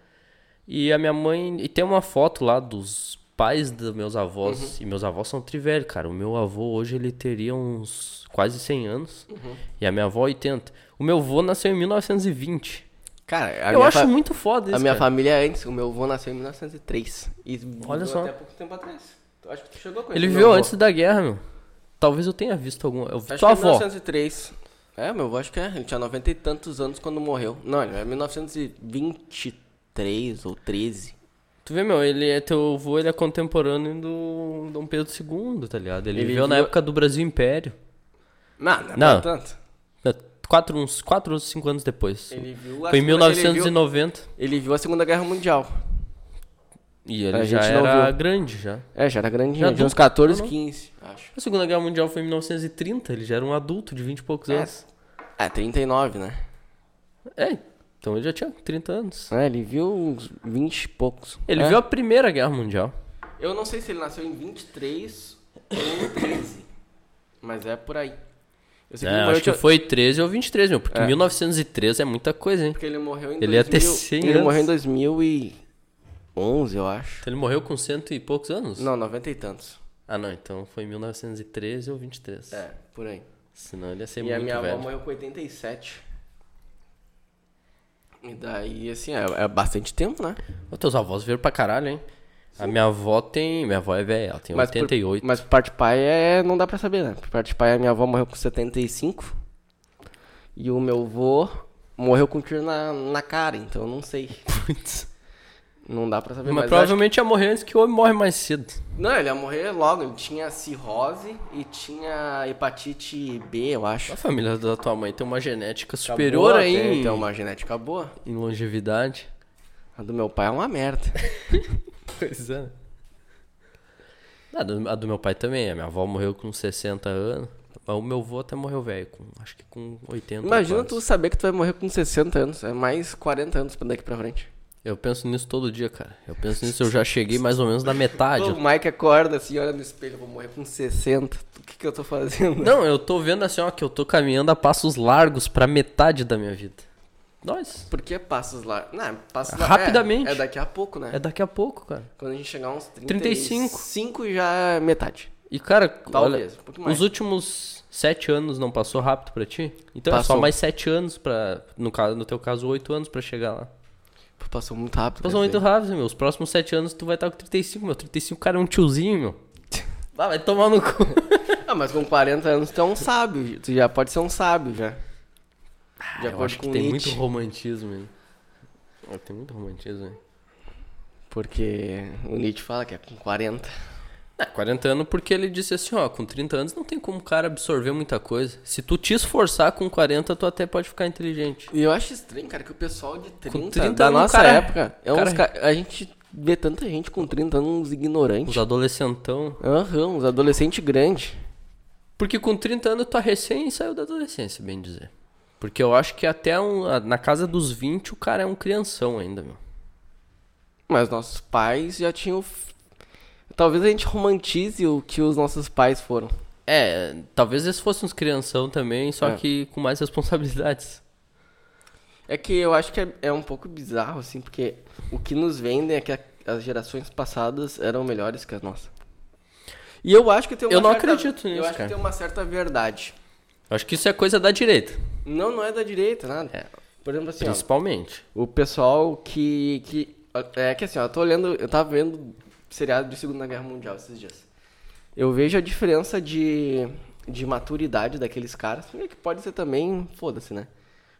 Speaker 2: e a minha mãe. E tem uma foto lá dos pais dos meus avós.
Speaker 1: Uhum.
Speaker 2: E meus avós são trivelhos, cara. O meu avô hoje ele teria uns quase 100 anos.
Speaker 1: Uhum.
Speaker 2: E a minha avó 80. O meu avô nasceu em 1920.
Speaker 1: Cara, a
Speaker 2: eu
Speaker 1: minha
Speaker 2: acho
Speaker 1: fa-
Speaker 2: muito foda isso.
Speaker 1: A minha
Speaker 2: cara.
Speaker 1: família é antes, o meu avô nasceu em 1903. E
Speaker 2: Olha
Speaker 1: viveu
Speaker 2: só.
Speaker 1: Até pouco tempo atrás. Tu acha que tu chegou com
Speaker 2: Ele
Speaker 1: meu
Speaker 2: viveu
Speaker 1: avô?
Speaker 2: antes da guerra, meu. Talvez eu tenha visto alguma. Eu vi
Speaker 1: Acho
Speaker 2: tua
Speaker 1: que é
Speaker 2: avó.
Speaker 1: 1903. É, meu avô acho que é. Ele tinha 90 e tantos anos quando morreu. Não, ele é 1923 ou 13.
Speaker 2: Tu vê, meu, ele é teu avô, ele é contemporâneo do Dom Pedro II, tá ligado? Ele,
Speaker 1: Ele
Speaker 2: viveu na
Speaker 1: viu-
Speaker 2: época do Brasil Império.
Speaker 1: Não, não, é
Speaker 2: Não.
Speaker 1: pra tanto.
Speaker 2: Na- Quatro, uns 4 ou 5 anos depois.
Speaker 1: Ele viu a
Speaker 2: Foi em
Speaker 1: segunda- ele viu-
Speaker 2: 1990.
Speaker 1: Ele viu a Segunda Guerra Mundial.
Speaker 2: E
Speaker 1: A
Speaker 2: ele já
Speaker 1: gente não
Speaker 2: era
Speaker 1: viu.
Speaker 2: grande, já.
Speaker 1: É, já era grande,
Speaker 2: Já
Speaker 1: já de uns
Speaker 2: adulto,
Speaker 1: 14,
Speaker 2: não, não.
Speaker 1: 15, acho.
Speaker 2: A Segunda Guerra Mundial foi em 1930, ele já era um adulto de 20 e poucos
Speaker 1: É.
Speaker 2: anos.
Speaker 1: É, 39, né?
Speaker 2: É, então ele já tinha 30 anos.
Speaker 1: É, ele viu uns 20 e poucos.
Speaker 2: Ele
Speaker 1: É.
Speaker 2: viu a Primeira Guerra Mundial.
Speaker 1: Eu não sei se ele nasceu em 23 ou 13. Mas é por aí. Eu sei que ele
Speaker 2: É,
Speaker 1: morreu
Speaker 2: acho que
Speaker 1: de-
Speaker 2: foi 13 ou 23, meu, porque
Speaker 1: É.
Speaker 2: 1913 é muita coisa, hein?
Speaker 1: Porque ele morreu em
Speaker 2: Ele ia ter
Speaker 1: 2000
Speaker 2: 100
Speaker 1: Ele
Speaker 2: anos.
Speaker 1: morreu em 2011, eu acho.
Speaker 2: Então Ele morreu com cento e poucos anos?
Speaker 1: Não, 90 e tantos.
Speaker 2: Ah, não, então foi em 1913 ou 23.
Speaker 1: É, por aí.
Speaker 2: Senão ele ia ser
Speaker 1: E
Speaker 2: muito
Speaker 1: a minha
Speaker 2: velho.
Speaker 1: avó morreu com 87. E daí, assim, é, é bastante tempo, né?
Speaker 2: Ô, teus avós viram pra caralho, hein? A minha avó tem. Minha avó é velha, ela tem
Speaker 1: Mas por-
Speaker 2: 88.
Speaker 1: mas por parte de pai é, não dá pra saber, né? Por parte de pai, a minha avó morreu com 75. E o meu avô morreu com um tiro na, na cara, então eu não sei.
Speaker 2: Putz.
Speaker 1: Não dá pra saber.
Speaker 2: Mas,
Speaker 1: Mas, eu
Speaker 2: provavelmente ia morrer antes que o homem morre mais cedo.
Speaker 1: acho- Não, ele ia morrer logo. Ele tinha cirrose e tinha hepatite B, eu acho.
Speaker 2: A família da tua mãe tem uma genética superior
Speaker 1: Tá boa,
Speaker 2: aí
Speaker 1: tem-
Speaker 2: em,
Speaker 1: Tem então, uma genética boa.
Speaker 2: em longevidade.
Speaker 1: A do meu pai é uma merda.
Speaker 2: Pois é. A do, a do meu pai também. A minha avó morreu com 60 anos. Mas o meu avô até morreu velho, com, acho que com 80.
Speaker 1: Imagina
Speaker 2: quase.
Speaker 1: tu saber que tu vai morrer com 60 anos. É mais 40 anos pra daqui pra frente.
Speaker 2: Eu penso nisso todo dia, cara. Eu penso nisso, eu já cheguei mais ou menos na metade. Eu
Speaker 1: o Mike acorda assim, olha no espelho, eu vou morrer com 60. O que que eu tô fazendo?
Speaker 2: Não, eu tô vendo assim, ó, que eu tô caminhando a passos largos pra metade da minha vida. Nós.
Speaker 1: Por que passos lá? Não, passos
Speaker 2: Rapidamente.
Speaker 1: lá. É, é daqui a pouco, né?
Speaker 2: É daqui a pouco, cara.
Speaker 1: Quando a gente chegar uns
Speaker 2: 35.
Speaker 1: 35 já é metade.
Speaker 2: E, cara,
Speaker 1: Talvez, um
Speaker 2: olha,
Speaker 1: pouco mais.
Speaker 2: os últimos sete anos não passou rápido pra ti? Então é
Speaker 1: Passou.
Speaker 2: só mais sete anos pra. No, ca- no teu caso, oito anos pra chegar lá.
Speaker 1: Pô, Passou muito rápido.
Speaker 2: Passou muito rápido, meu. Os próximos sete anos tu vai estar com 35, meu. 35, cara, é um tiozinho, meu. Ah, vai tomar no cu.
Speaker 1: rápido. Ah, mas com 40 anos tu é um sábio. Tu já pode ser um sábio já. De
Speaker 2: eu
Speaker 1: acordo
Speaker 2: acho que
Speaker 1: com
Speaker 2: tem
Speaker 1: Nietzsche.
Speaker 2: muito romantismo, hein. Ah, Tem muito romantismo, hein.
Speaker 1: Porque o Nietzsche fala que é com 40.
Speaker 2: É, 40 anos porque ele disse assim, ó, com 30 anos não tem como o cara absorver muita coisa. Se tu te esforçar com 40, tu até pode ficar inteligente.
Speaker 1: E eu acho estranho, cara, que o pessoal de 30,
Speaker 2: 30
Speaker 1: da
Speaker 2: anos,
Speaker 1: nossa
Speaker 2: cara,
Speaker 1: época, é uns
Speaker 2: cara-
Speaker 1: ca- a gente vê tanta gente com 30 anos uns ignorantes.
Speaker 2: Os adolescentão.
Speaker 1: Aham, uns adolescentes grandes.
Speaker 2: Porque com 30 anos tu tá recém saiu da adolescência, bem dizer. Porque eu acho que até um- a- na casa dos 20 o cara é um crianção ainda, meu.
Speaker 1: Mas nossos pais já tinham. Talvez a gente romantize o que os nossos pais foram.
Speaker 2: É, talvez eles fossem uns crianção também, só
Speaker 1: É.
Speaker 2: que com mais responsabilidades.
Speaker 1: É que eu acho que é, é um pouco bizarro, assim, porque o que nos vendem é que a- as gerações passadas eram melhores que as nossas. E eu acho que tem uma
Speaker 2: Eu não
Speaker 1: certa-
Speaker 2: acredito nisso,
Speaker 1: Eu acho
Speaker 2: cara.
Speaker 1: que tem uma certa verdade.
Speaker 2: Eu acho que isso é coisa da direita,
Speaker 1: Não, não é da direita, nada.
Speaker 2: É.
Speaker 1: Por exemplo, assim, ó,
Speaker 2: principalmente.
Speaker 1: o pessoal que, que. É que assim, ó, eu tô olhando. Eu tava vendo seriado de Segunda Guerra Mundial esses dias. Eu vejo a diferença de, de maturidade daqueles caras. Primeiro Que pode ser também, foda-se, né?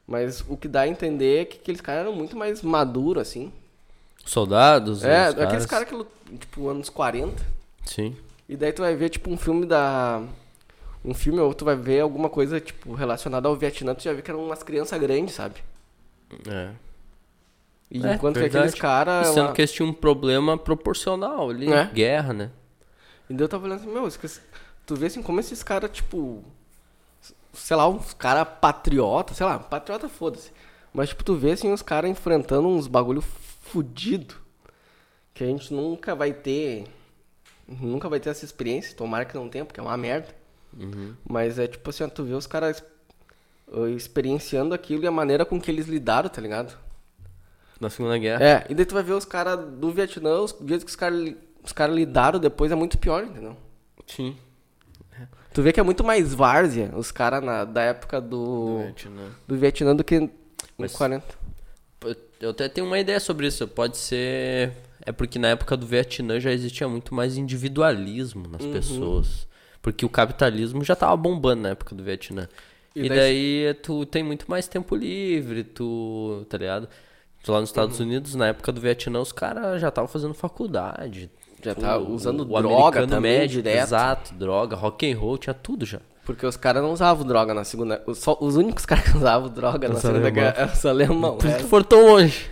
Speaker 1: Mas o que dá a entender é que aqueles caras eram muito mais maduros, assim.
Speaker 2: Soldados,
Speaker 1: é,
Speaker 2: os
Speaker 1: aqueles
Speaker 2: caras.
Speaker 1: caras que, lut- tipo, anos 40.
Speaker 2: Sim.
Speaker 1: E daí tu vai ver, tipo, um filme da. Um filme ou tu vai ver alguma coisa, tipo, relacionada ao Vietnã, tu já vê que eram umas crianças grandes, sabe?
Speaker 2: É.
Speaker 1: E
Speaker 2: É,
Speaker 1: enquanto que
Speaker 2: verdade.
Speaker 1: aqueles caras.
Speaker 2: Sendo
Speaker 1: lá-
Speaker 2: que eles tinham um problema proporcional ali,
Speaker 1: É.
Speaker 2: guerra, né?
Speaker 1: E daí eu tava olhando assim, meu, esquece- tu vê assim como esses caras, tipo. Sei lá, uns caras patriota, sei lá, patriota foda-se. Mas, tipo, tu vê assim os caras enfrentando uns bagulho fudido. Que a gente nunca vai ter. Nunca vai ter essa experiência, tomara que não tenha, porque é uma merda. Mas é tipo assim, ó, tu vê os caras eh, experienciando aquilo e a maneira com que eles lidaram, tá ligado?
Speaker 2: Na Segunda Guerra.
Speaker 1: É, e daí tu vai ver os caras do Vietnã, os jeitos que os caras li- os cara lidaram depois é muito pior, entendeu?
Speaker 2: Sim.
Speaker 1: Tu vê que é muito mais várzea os caras da época do,
Speaker 2: Vietnã.
Speaker 1: do Vietnã do que em
Speaker 2: Mas-
Speaker 1: 40.
Speaker 2: Eu- Eu até tenho uma ideia sobre isso. Pode ser. É porque na época do Vietnã já existia muito mais individualismo nas
Speaker 1: Uhum.
Speaker 2: pessoas. Porque o capitalismo já tava bombando na época do Vietnã.
Speaker 1: E
Speaker 2: E,
Speaker 1: daí-
Speaker 2: daí... tu tem muito mais tempo livre, tu. tá ligado? Tu Lá nos Estados
Speaker 1: Uhum.
Speaker 2: Unidos, na época do Vietnã, os caras já estavam fazendo faculdade.
Speaker 1: Já
Speaker 2: Tu-
Speaker 1: tava usando
Speaker 2: o
Speaker 1: droga
Speaker 2: americano
Speaker 1: também direto.
Speaker 2: Exato, droga, rock and roll, tinha tudo já.
Speaker 1: Porque os caras não usavam droga na segunda. os- Só, os únicos caras que usavam droga na
Speaker 2: Os
Speaker 1: segunda
Speaker 2: alemão.
Speaker 1: guerra eram os alemão.
Speaker 2: Por isso que foram tão longe.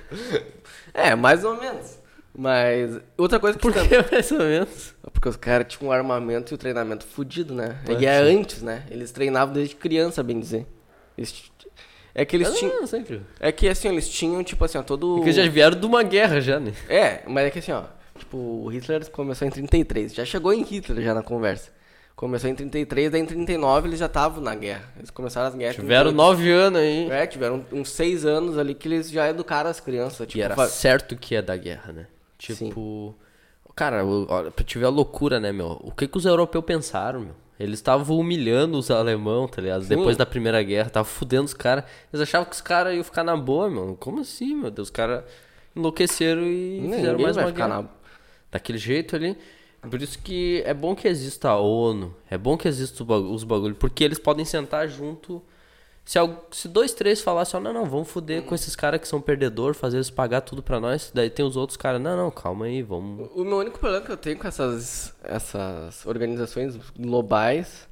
Speaker 1: É. é, mais ou menos. Mas outra coisa que
Speaker 2: Por
Speaker 1: tu
Speaker 2: que mais ou menos?
Speaker 1: tam- Porque os caras tinham um armamento e o treinamento fudido, né?
Speaker 2: Pode
Speaker 1: E é
Speaker 2: ser.
Speaker 1: antes, né? Eles treinavam desde criança, bem dizer. Eles t- É que eles tinham.
Speaker 2: não, sempre.
Speaker 1: É que assim, eles tinham, tipo assim, ó, todo.
Speaker 2: Porque É já vieram de uma guerra já, né?
Speaker 1: É, mas é que assim, ó. Tipo, o Hitler começou em 33. Já chegou em Hitler já na conversa. Começou em 33, daí em 39 eles já estavam na guerra. Eles começaram as guerras. em
Speaker 2: Tiveram
Speaker 1: 38.
Speaker 2: nove anos aí.
Speaker 1: É, tiveram uns seis anos ali que eles já educaram as crianças. Tipo,
Speaker 2: E era assim,
Speaker 1: fa-
Speaker 2: certo que ia da guerra, né? Tipo. Cara, o- olha, pra te ver a loucura, né, meu? O que que os europeus pensaram, meu? Eles estavam humilhando os alemão, tá ligado? Depois da Primeira Guerra, estavam fudendo os caras. Eles achavam que os caras iam ficar na boa, meu. Como assim, meu Deus? Os caras enlouqueceram e
Speaker 1: Ninguém
Speaker 2: fizeram mais
Speaker 1: vai
Speaker 2: uma
Speaker 1: ficar
Speaker 2: guerra.
Speaker 1: na-
Speaker 2: Daquele jeito ali. Por isso que é bom que exista a ONU, é bom que exista o bagu- os bagulhos, porque eles podem sentar junto. Se, al- se dois, três falassem, ó, não, não, vamos foder com esses caras que são perdedor, fazer eles pagar tudo pra nós. Daí tem os outros caras, não, não, calma aí, vamos.
Speaker 1: O meu único problema que eu tenho com essas, essas organizações globais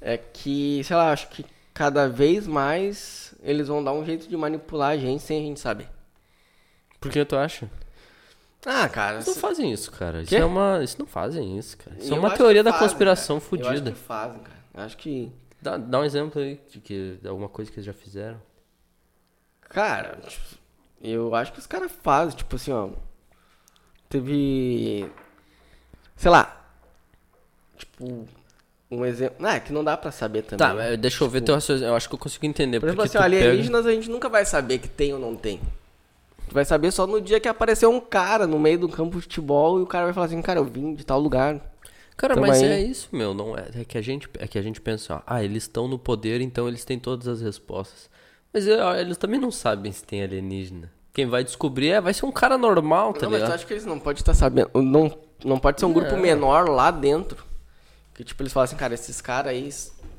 Speaker 1: é que, sei lá, acho que cada vez mais eles vão dar um jeito de manipular a gente sem a gente saber.
Speaker 2: Por que tu acha?
Speaker 1: Ah, cara.
Speaker 2: Eles não fazem isso, cara. Isso
Speaker 1: Quê?
Speaker 2: é uma. Eles não fazem isso, cara. Isso
Speaker 1: Eu
Speaker 2: é uma
Speaker 1: acho
Speaker 2: teoria
Speaker 1: que
Speaker 2: da
Speaker 1: fazem, cara.
Speaker 2: conspiração
Speaker 1: Eu acho
Speaker 2: fodida.
Speaker 1: que fazem, cara. Eu Acho que.
Speaker 2: Dá, dá um exemplo aí de que de alguma coisa que eles já fizeram.
Speaker 1: Cara, tipo, eu acho que os caras fazem, tipo assim, ó. Teve. Sei lá. Tipo, um exemplo. Ah, é que não dá pra saber também. né?
Speaker 2: Tá, mas deixa eu ver teu raciocínio. Eu acho que eu consigo entender.
Speaker 1: Por exemplo,
Speaker 2: porque
Speaker 1: assim,
Speaker 2: tu pega-
Speaker 1: alienígenas a gente nunca vai saber que tem ou não tem. Tu vai saber só no dia que apareceu um cara no meio do campo de futebol e o cara vai falar assim, cara, eu vim de tal lugar.
Speaker 2: Cara,
Speaker 1: Tamo
Speaker 2: mas
Speaker 1: Então, aí.
Speaker 2: é isso, meu, não é, é que a gente é que a gente pensa, ó, ah, eles estão no poder, então eles têm todas as respostas. Mas é, ó, eles também não sabem se tem alienígena. Quem vai descobrir é, vai ser um cara normal, tá
Speaker 1: não, mas
Speaker 2: ligado?
Speaker 1: tu acha que eles não podem estar sabendo. Não, não pode ser um grupo
Speaker 2: Não.
Speaker 1: menor lá dentro. Que tipo, eles falam assim, cara, esses caras aí.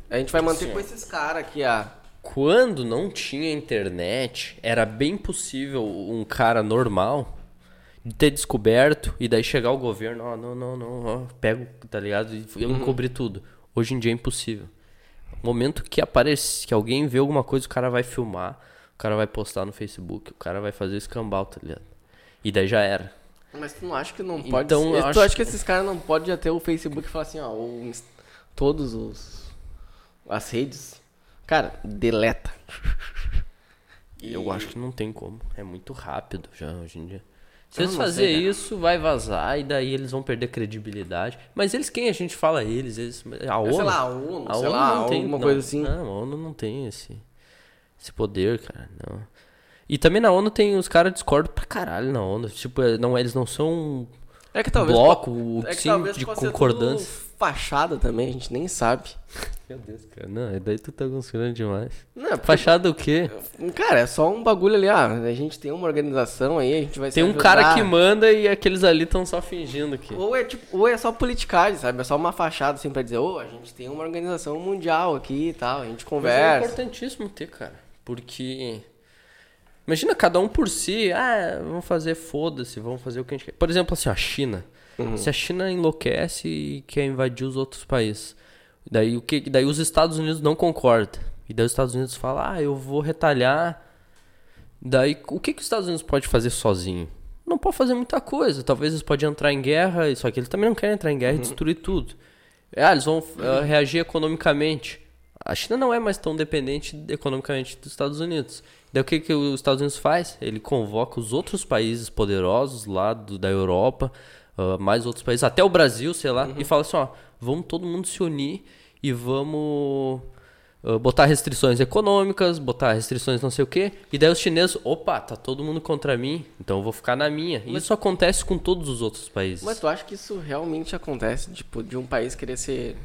Speaker 1: A gente vai manter com esses caras aqui, ah." a.
Speaker 2: Quando não tinha internet, era bem possível um cara normal ter descoberto e daí chegar o governo, ó, não, não, não, ó, pego, tá ligado? E eu encobri tudo. Hoje em dia é impossível. No momento que aparece, que alguém vê alguma coisa, o cara vai filmar, o cara vai postar no Facebook, o cara vai fazer escambau, tá ligado? E daí já era.
Speaker 1: Mas tu não acha que não pode.
Speaker 2: Então, eu
Speaker 1: tu
Speaker 2: acho-
Speaker 1: acha que esses caras não podem já ter o Facebook e falar assim, ó, o Inst- todos os. as redes. Cara, deleta.
Speaker 2: Eu acho que não tem como. É muito rápido já hoje em dia. Se eles
Speaker 1: não sei,
Speaker 2: fazer
Speaker 1: cara.
Speaker 2: isso, vai vazar e daí eles vão perder credibilidade. Mas eles quem a gente fala eles, eles a ONU.
Speaker 1: É, sei lá, a ONU, sei
Speaker 2: ONU
Speaker 1: lá,
Speaker 2: não tem,
Speaker 1: alguma
Speaker 2: não,
Speaker 1: coisa assim.
Speaker 2: Não, a ONU não tem esse esse poder, cara, não. E também na ONU tem os caras discordam pra caralho na ONU, tipo, é, não eles não são um
Speaker 1: É que talvez.
Speaker 2: bloco, um
Speaker 1: é que
Speaker 2: sim,
Speaker 1: talvez
Speaker 2: de
Speaker 1: possa ser
Speaker 2: concordância.
Speaker 1: tudo Fachada também, a gente nem sabe.
Speaker 2: Meu Deus, cara. Não, daí tu tá conspirando demais.
Speaker 1: Não, é porque-
Speaker 2: Fachada o quê?
Speaker 1: Cara, é só um bagulho ali, ah, a gente tem uma organização aí, a gente vai se
Speaker 2: Tem um
Speaker 1: ajudar.
Speaker 2: cara que manda e aqueles ali estão só fingindo que.
Speaker 1: Ou é, tipo, ou é só politicagem, sabe? É só uma fachada assim pra dizer, ô, a gente tem uma organização mundial aqui e tal, a gente
Speaker 2: Mas é
Speaker 1: conversa.
Speaker 2: importantíssimo ter, cara. Porque. Imagina cada um por si. Ah, vamos fazer foda-se, vamos fazer o que a gente quer. Por exemplo, assim, a China. Se a China enlouquece e quer invadir os outros países. Daí, o que... daí os Estados Unidos não concordam. E daí os Estados Unidos falam, ah, eu vou retalhar. Daí, o que, que os Estados Unidos pode fazer sozinho? Não pode fazer muita coisa. Talvez eles podem entrar em guerra, só que eles também não querem entrar em guerra e destruir tudo. Ah, eles vão eh, reagir economicamente. A China não é mais tão dependente economicamente dos Estados Unidos. Daí o que, que os Estados Unidos faz? Ele convoca os outros países poderosos lá do- da Europa, ah, mais outros países, até o Brasil, sei lá, e fala assim, ó, vamos todo mundo se unir e vamos Uh, botar restrições econômicas, botar restrições não sei o quê. E daí os chineses, opa, tá todo mundo contra mim, então eu vou ficar na minha. E Isso acontece com todos os outros países.
Speaker 1: Mas tu acha que isso realmente acontece, tipo, de um país querer ser.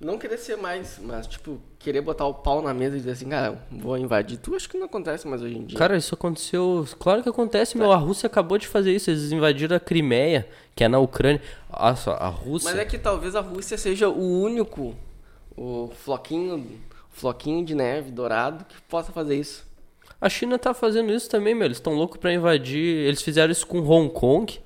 Speaker 1: Não querer ser mais, mas, tipo, querer botar o pau na mesa e dizer assim, cara, eu vou invadir. Tu acho que não acontece mais hoje em dia.
Speaker 2: Cara, isso aconteceu. Claro que acontece,
Speaker 1: Tá.
Speaker 2: meu. A Rússia acabou de fazer isso. Eles invadiram a Crimeia, que é na Ucrânia. Olha só, a Rússia.
Speaker 1: Mas é que talvez a Rússia seja o único, o floquinho, floquinho de neve dourado que possa fazer isso.
Speaker 2: A China tá fazendo isso também, meu. Eles estão loucos pra invadir. Eles fizeram isso com Hong Kong.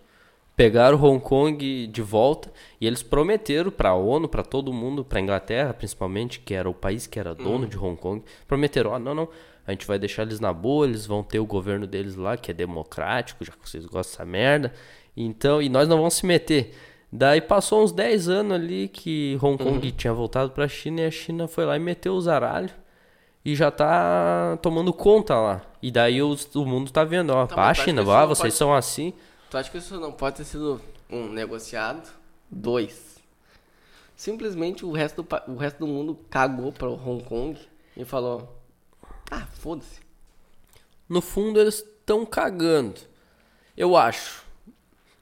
Speaker 2: Pegaram Hong Kong de volta e eles prometeram pra ONU, pra todo mundo, pra Inglaterra principalmente, que era o país que era dono de Hong Kong, prometeram: ó, não, não, a gente vai deixar eles na boa, eles vão ter o governo deles lá, que é democrático, já que vocês gostam dessa merda, então, e nós não vamos se meter. Daí passou uns 10 anos ali que Hong Kong tinha voltado pra China e a China foi lá e meteu os aralhos e já tá tomando conta lá. E daí os- o mundo tá vendo, ó,
Speaker 1: Tá,
Speaker 2: pá,
Speaker 1: mas tu acha
Speaker 2: China,
Speaker 1: que
Speaker 2: ó,
Speaker 1: isso não
Speaker 2: vocês
Speaker 1: pode-
Speaker 2: são assim.
Speaker 1: Tu acha que isso não pode ter sido um negociado? Dois. Simplesmente o resto do, pa- o resto do mundo cagou para Hong Kong e falou: "Ah, foda-se".
Speaker 2: No fundo eles estão cagando. Eu acho.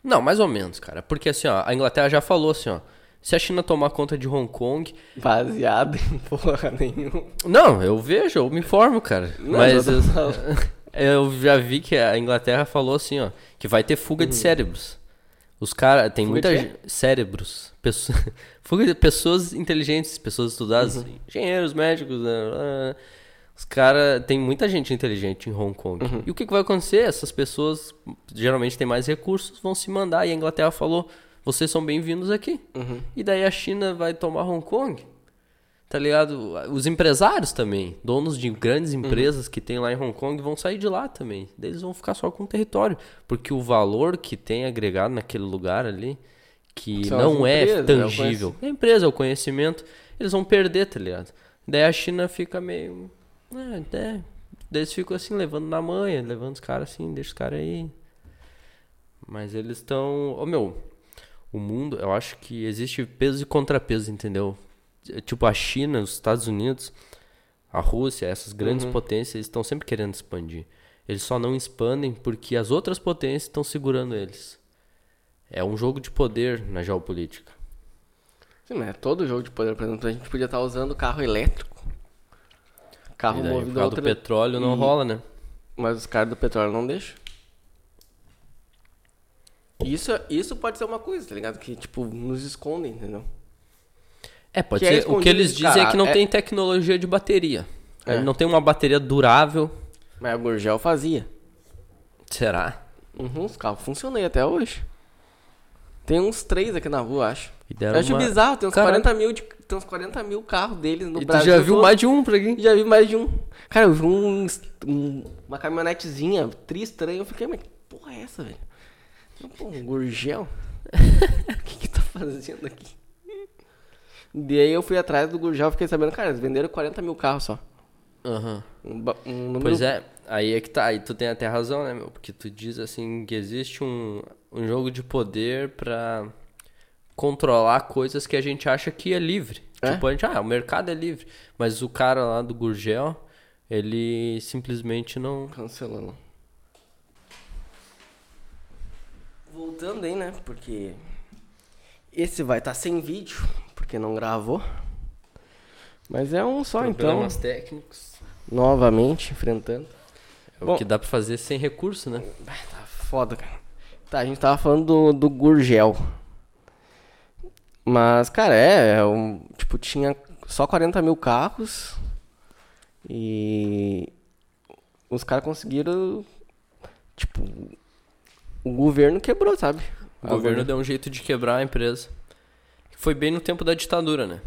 Speaker 2: Não, mais ou menos, cara. Porque assim, ó, a Inglaterra já falou assim, ó, se a China tomar conta de Hong Kong,
Speaker 1: Baseado em porra nenhuma.
Speaker 2: Não, eu vejo, eu me informo, cara.
Speaker 1: Não,
Speaker 2: Mas
Speaker 1: eu
Speaker 2: eu,
Speaker 1: tô falando.
Speaker 2: eu já vi que a Inglaterra falou assim, ó, que vai ter fuga de cérebros. Os caras, tem
Speaker 1: Uhum. Fuga
Speaker 2: muita
Speaker 1: de
Speaker 2: gente. cérebros, pessoas, fuga de pessoas inteligentes, pessoas estudadas,
Speaker 1: Uhum.
Speaker 2: engenheiros, médicos, né, ah, os caras, tem muita gente inteligente em Hong Kong.
Speaker 1: Uhum.
Speaker 2: E o que, que vai acontecer? Essas pessoas, geralmente têm mais recursos, vão se mandar. E a Inglaterra falou, vocês são bem-vindos aqui.
Speaker 1: Uhum.
Speaker 2: E daí a China vai tomar Hong Kong tá ligado? Os empresários também, donos de grandes empresas que tem lá em Hong Kong, vão sair de lá também. Daí Eles vão ficar só com o território, porque o valor que tem agregado naquele lugar ali, que
Speaker 1: São as
Speaker 2: não é
Speaker 1: empresas, é o
Speaker 2: tangível. É a empresa, é o conhecimento, eles vão perder, tá ligado? Daí a China fica meio. É, até. Daí eles ficam assim, levando na manha, levando os caras assim, deixa os caras aí. Mas eles estão. Ô meu, o mundo, eu acho que existe peso e contrapeso, entendeu? Tipo, a China, os Estados Unidos, a Rússia, essas grandes potências, eles estão sempre querendo expandir. Eles só não expandem porque as outras potências estão segurando eles. É um jogo de poder na geopolítica.
Speaker 1: Sim, mas é todo jogo de poder, por exemplo, a gente podia estar usando carro elétrico. Carro
Speaker 2: E daí, por
Speaker 1: movido a
Speaker 2: causa do
Speaker 1: outra,
Speaker 2: petróleo não
Speaker 1: E-
Speaker 2: rola, né?
Speaker 1: mas os caras do petróleo não deixam. Isso, é, isso pode ser uma coisa, tá ligado? Que, tipo, nos escondem, entendeu?
Speaker 2: É, pode
Speaker 1: Que é
Speaker 2: ser. o que
Speaker 1: escondido
Speaker 2: eles
Speaker 1: de
Speaker 2: dizem é
Speaker 1: caralho.
Speaker 2: que não
Speaker 1: É-
Speaker 2: tem tecnologia de bateria.
Speaker 1: É.
Speaker 2: Ele não tem uma bateria durável.
Speaker 1: Mas a Gurgel fazia.
Speaker 2: Será?
Speaker 1: Uhum, os carros funcionam aí até hoje. Tem uns três aqui na rua, acho.
Speaker 2: E
Speaker 1: Eu
Speaker 2: deram
Speaker 1: acho
Speaker 2: uma-
Speaker 1: bizarro, tem uns,
Speaker 2: Caralho.
Speaker 1: 40 mil de- tem uns 40 mil carros deles no
Speaker 2: E tu
Speaker 1: Brasil.
Speaker 2: já viu
Speaker 1: todo.
Speaker 2: mais de um pra quem?
Speaker 1: Já vi mais de um. Cara, eu vi um, um- uma caminhonetezinha tri estranha. Eu fiquei, mas que porra é essa, velho? Eu, Pô, um gurgel? O que que tá fazendo aqui? Daí eu fui atrás do gurgel e fiquei sabendo, cara, eles venderam 40 mil carros só.
Speaker 2: Aham.
Speaker 1: Um, ba- um número.
Speaker 2: Pois é, aí é que tá, aí tu tem até razão, né, meu? Porque tu diz assim que existe um, um jogo de poder pra controlar coisas que a gente acha que é livre.
Speaker 1: É?
Speaker 2: Tipo, a gente, ah, o mercado é livre. Mas o cara lá do Gurgel, ele simplesmente não.
Speaker 1: Cancelando. Voltando aí, né? Porque esse vai estar sem vídeo, porque não gravou. Mas é um só, então.
Speaker 2: Problemas técnicos.
Speaker 1: Novamente enfrentando.
Speaker 2: É
Speaker 1: Bom.
Speaker 2: o que dá pra fazer sem recurso, né?
Speaker 1: Ah, Tá foda, cara. Tá, a gente tava falando do, do Gurgel. Mas, cara, é, é um, tipo, tinha só 40 mil carros e os caras conseguiram, tipo, o governo quebrou, sabe?
Speaker 2: O
Speaker 1: né?
Speaker 2: governo deu um jeito de quebrar a empresa. Foi bem no tempo da ditadura, né?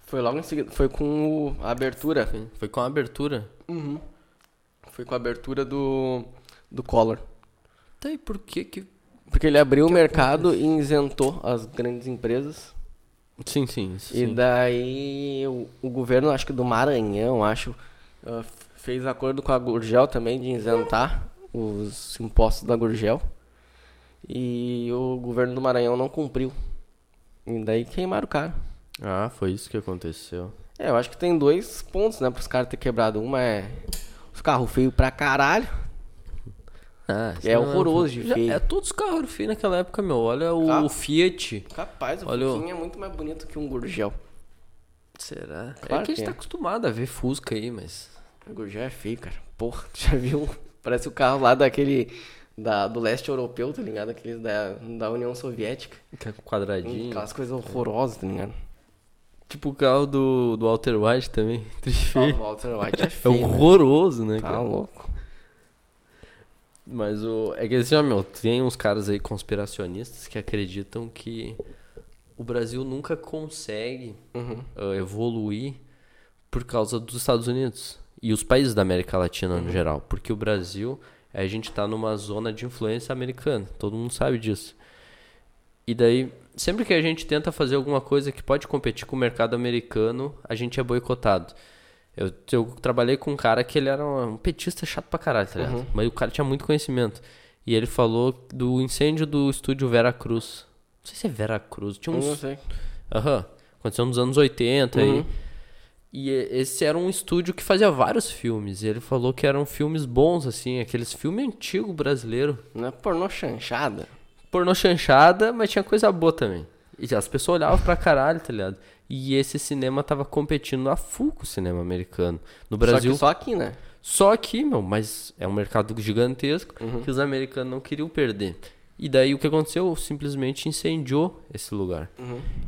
Speaker 1: Foi logo em seguida, foi com o- a abertura,
Speaker 2: Foi- Foi com a abertura.
Speaker 1: foi com a abertura do, do Collor.
Speaker 2: Tá, e por que que.
Speaker 1: Porque ele abriu o mercado e isentou as grandes empresas.
Speaker 2: Sim, sim. isso
Speaker 1: E
Speaker 2: sim.
Speaker 1: daí o, o governo, acho que do Maranhão, acho, ah, f- fez acordo com a Gurgel também de isentar os impostos da Gurgel. E o governo do Maranhão não cumpriu. E daí queimaram o cara.
Speaker 2: Ah, foi isso que aconteceu.
Speaker 1: É, eu acho que tem dois pontos, né, pros caras ter quebrado. Uma é os carros feios pra caralho.
Speaker 2: Ah,
Speaker 1: É horroroso de
Speaker 2: já-
Speaker 1: feio.
Speaker 2: É todos os carros eram feios naquela época, meu. Olha o
Speaker 1: Carro?
Speaker 2: Fiat.
Speaker 1: Capaz, o
Speaker 2: Olha o-
Speaker 1: Fuquinha é muito mais bonito que um Gurgel.
Speaker 2: Será?
Speaker 1: Claro
Speaker 2: é que a
Speaker 1: que
Speaker 2: gente
Speaker 1: é.
Speaker 2: tá acostumado a ver Fusca aí, mas.
Speaker 1: O Gurgel é feio, cara. Porra, tu já viu? Parece o carro lá daquele. Da, do leste europeu, tá ligado? Aqueles da, da União Soviética.
Speaker 2: que é Quadradinho.
Speaker 1: Aquelas coisas horrorosas, tá ligado?
Speaker 2: Tipo o carro do, do Walter White também. Triste
Speaker 1: Ah, o
Speaker 2: feio.
Speaker 1: Walter White é
Speaker 2: É
Speaker 1: feio. né?
Speaker 2: horroroso, né?
Speaker 1: Tá
Speaker 2: cara?
Speaker 1: louco.
Speaker 2: Mas o. É que assim, ó, meu, tem uns caras aí conspiracionistas que acreditam que o Brasil nunca consegue
Speaker 1: Uhum.
Speaker 2: ah, evoluir por causa dos Estados Unidos. E os países da América Latina
Speaker 1: Uhum.
Speaker 2: no geral. Porque o Brasil, a gente tá numa zona de influência americana. Todo mundo sabe disso. E daí, sempre que a gente tenta fazer alguma coisa que pode competir com o mercado americano, a gente é boicotado. Eu, eu trabalhei com um cara que ele era um petista chato pra caralho, tá
Speaker 1: Uhum.
Speaker 2: ligado? Mas o cara tinha muito conhecimento. E ele falou do incêndio do estúdio Vera Cruz. Não sei se é Vera Cruz. Tinha
Speaker 1: Eu
Speaker 2: uns,
Speaker 1: não sei.
Speaker 2: Aham. Aconteceu nos anos 80
Speaker 1: Uhum.
Speaker 2: aí. E e- esse era um estúdio que fazia vários filmes. E ele falou que eram filmes bons, assim, aqueles filmes antigo brasileiro.
Speaker 1: Não é pornô chanchada?
Speaker 2: Pornô chanchada, mas tinha coisa boa também. E as pessoas olhavam pra caralho, tá ligado? E esse cinema tava competindo a full com o cinema americano. No Brasil,
Speaker 1: Só que só aqui, né?
Speaker 2: só aqui, meu, mas é um mercado gigantesco que os americanos não queriam perder. E daí o que aconteceu? Simplesmente incendiou esse lugar.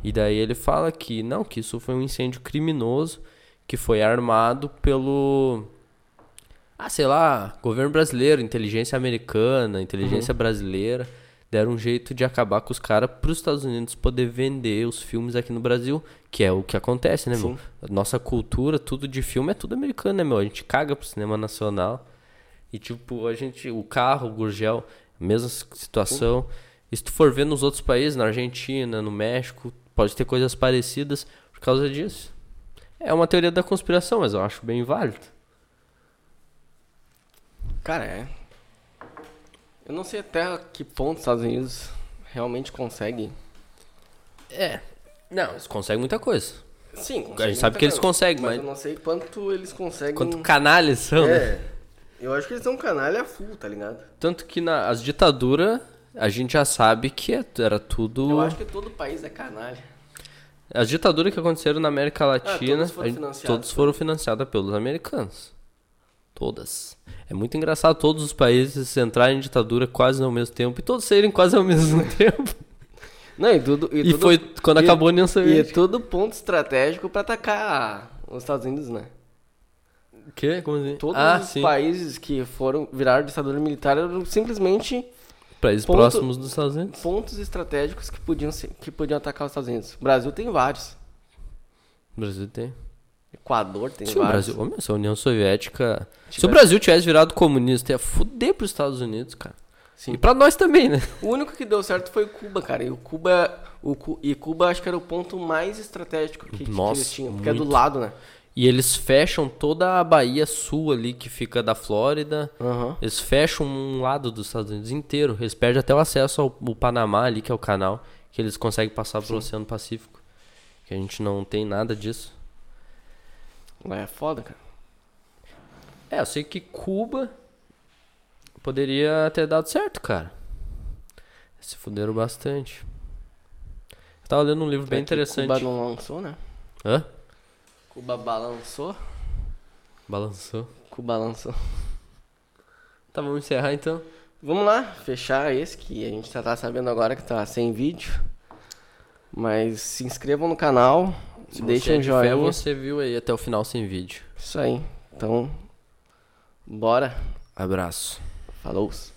Speaker 2: E daí ele fala que não, que isso foi um incêndio criminoso que foi armado pelo ah, sei lá, governo brasileiro, inteligência americana, inteligência brasileira, deram um jeito de acabar com os caras para os Estados Unidos poder vender os filmes aqui no Brasil, que é o que acontece, né, meu? A Nossa cultura, tudo de filme é tudo americano, né, meu? A gente caga pro cinema nacional. E tipo, a gente, o carro, o Gurgel, mesma s- situação. E se tu for ver nos outros países, na Argentina, no México, pode ter coisas parecidas por causa disso. É uma teoria da conspiração, mas eu acho bem válido.
Speaker 1: Cara, é. Eu não sei até que ponto os Estados Unidos realmente conseguem.
Speaker 2: É. Não, eles conseguem muita coisa.
Speaker 1: Sim, conseguem
Speaker 2: sabe
Speaker 1: muita
Speaker 2: que eles
Speaker 1: coisa,
Speaker 2: conseguem,
Speaker 1: mas.
Speaker 2: mas-
Speaker 1: Eu não sei quanto eles conseguem.
Speaker 2: Quanto canalhas são, né?
Speaker 1: Hum. É. Eu acho que eles são canalha full, tá ligado?
Speaker 2: Tanto que na, as ditaduras, a gente já sabe que é- era tudo...
Speaker 1: Eu acho que todo país é canalha.
Speaker 2: As ditaduras que aconteceram na América Latina,
Speaker 1: Ah, todas foram
Speaker 2: a gente-
Speaker 1: financiadas
Speaker 2: todas foram financiadas pelos americanos. Todas. É muito engraçado todos os países entrarem em ditadura quase ao mesmo tempo e todos saírem quase ao mesmo tempo.
Speaker 1: Não, e tudo.
Speaker 2: E,
Speaker 1: tudo-
Speaker 2: foi quando
Speaker 1: e-
Speaker 2: acabou a União
Speaker 1: E é
Speaker 2: Soviética.
Speaker 1: tudo ponto estratégico pra atacar os Estados Unidos, né?
Speaker 2: O quê? Como assim?
Speaker 1: Todos
Speaker 2: ah,
Speaker 1: os
Speaker 2: sim.
Speaker 1: países que foram viraram ditadura militar eram simplesmente
Speaker 2: Países
Speaker 1: ponto-
Speaker 2: próximos dos Estados Unidos.
Speaker 1: pontos estratégicos que podiam, ser- que podiam atacar os Estados Unidos. O Brasil tem vários.
Speaker 2: O Brasil tem.
Speaker 1: Equador tem
Speaker 2: Se o
Speaker 1: vários.
Speaker 2: Brasil, ô, meu, se a União Soviética. Se o
Speaker 1: Tivesse-
Speaker 2: Brasil tivesse virado comunista, ia fuder pros Estados Unidos, cara.
Speaker 1: Sim.
Speaker 2: E pra nós também, né?
Speaker 1: O único que deu certo foi Cuba, cara. E o Cuba, o Cu- e Cuba acho que era o ponto mais estratégico que, que
Speaker 2: Nossa,
Speaker 1: eles tinham, porque é do
Speaker 2: muito.
Speaker 1: lado, né?
Speaker 2: E eles fecham toda a Bahia Sul ali, que fica da Flórida.
Speaker 1: Aham.
Speaker 2: Eles fecham um lado dos Estados Unidos inteiro. Eles perdem até o acesso ao, ao Panamá ali, que é o canal, que eles conseguem passar pro Oceano Pacífico. Que a gente não tem nada disso.
Speaker 1: Lá é foda, cara.
Speaker 2: É, eu sei que Cuba poderia ter dado certo, cara. Se fuderam bastante. Eu tava lendo um livro bem
Speaker 1: É que
Speaker 2: interessante.
Speaker 1: Cuba não lançou, né?
Speaker 2: Hã?
Speaker 1: Cuba balançou.
Speaker 2: Balançou.
Speaker 1: Cuba lançou.
Speaker 2: Tá, vamos encerrar então.
Speaker 1: Vamos lá, fechar esse que a gente já tá sabendo agora que tá sem vídeo. Mas se inscrevam no canal,
Speaker 2: Se você
Speaker 1: deixem
Speaker 2: é
Speaker 1: um
Speaker 2: de fé,
Speaker 1: joinha.
Speaker 2: você viu aí até o final sem vídeo.
Speaker 1: Isso aí. Então, bora.
Speaker 2: Abraço.
Speaker 1: Falou.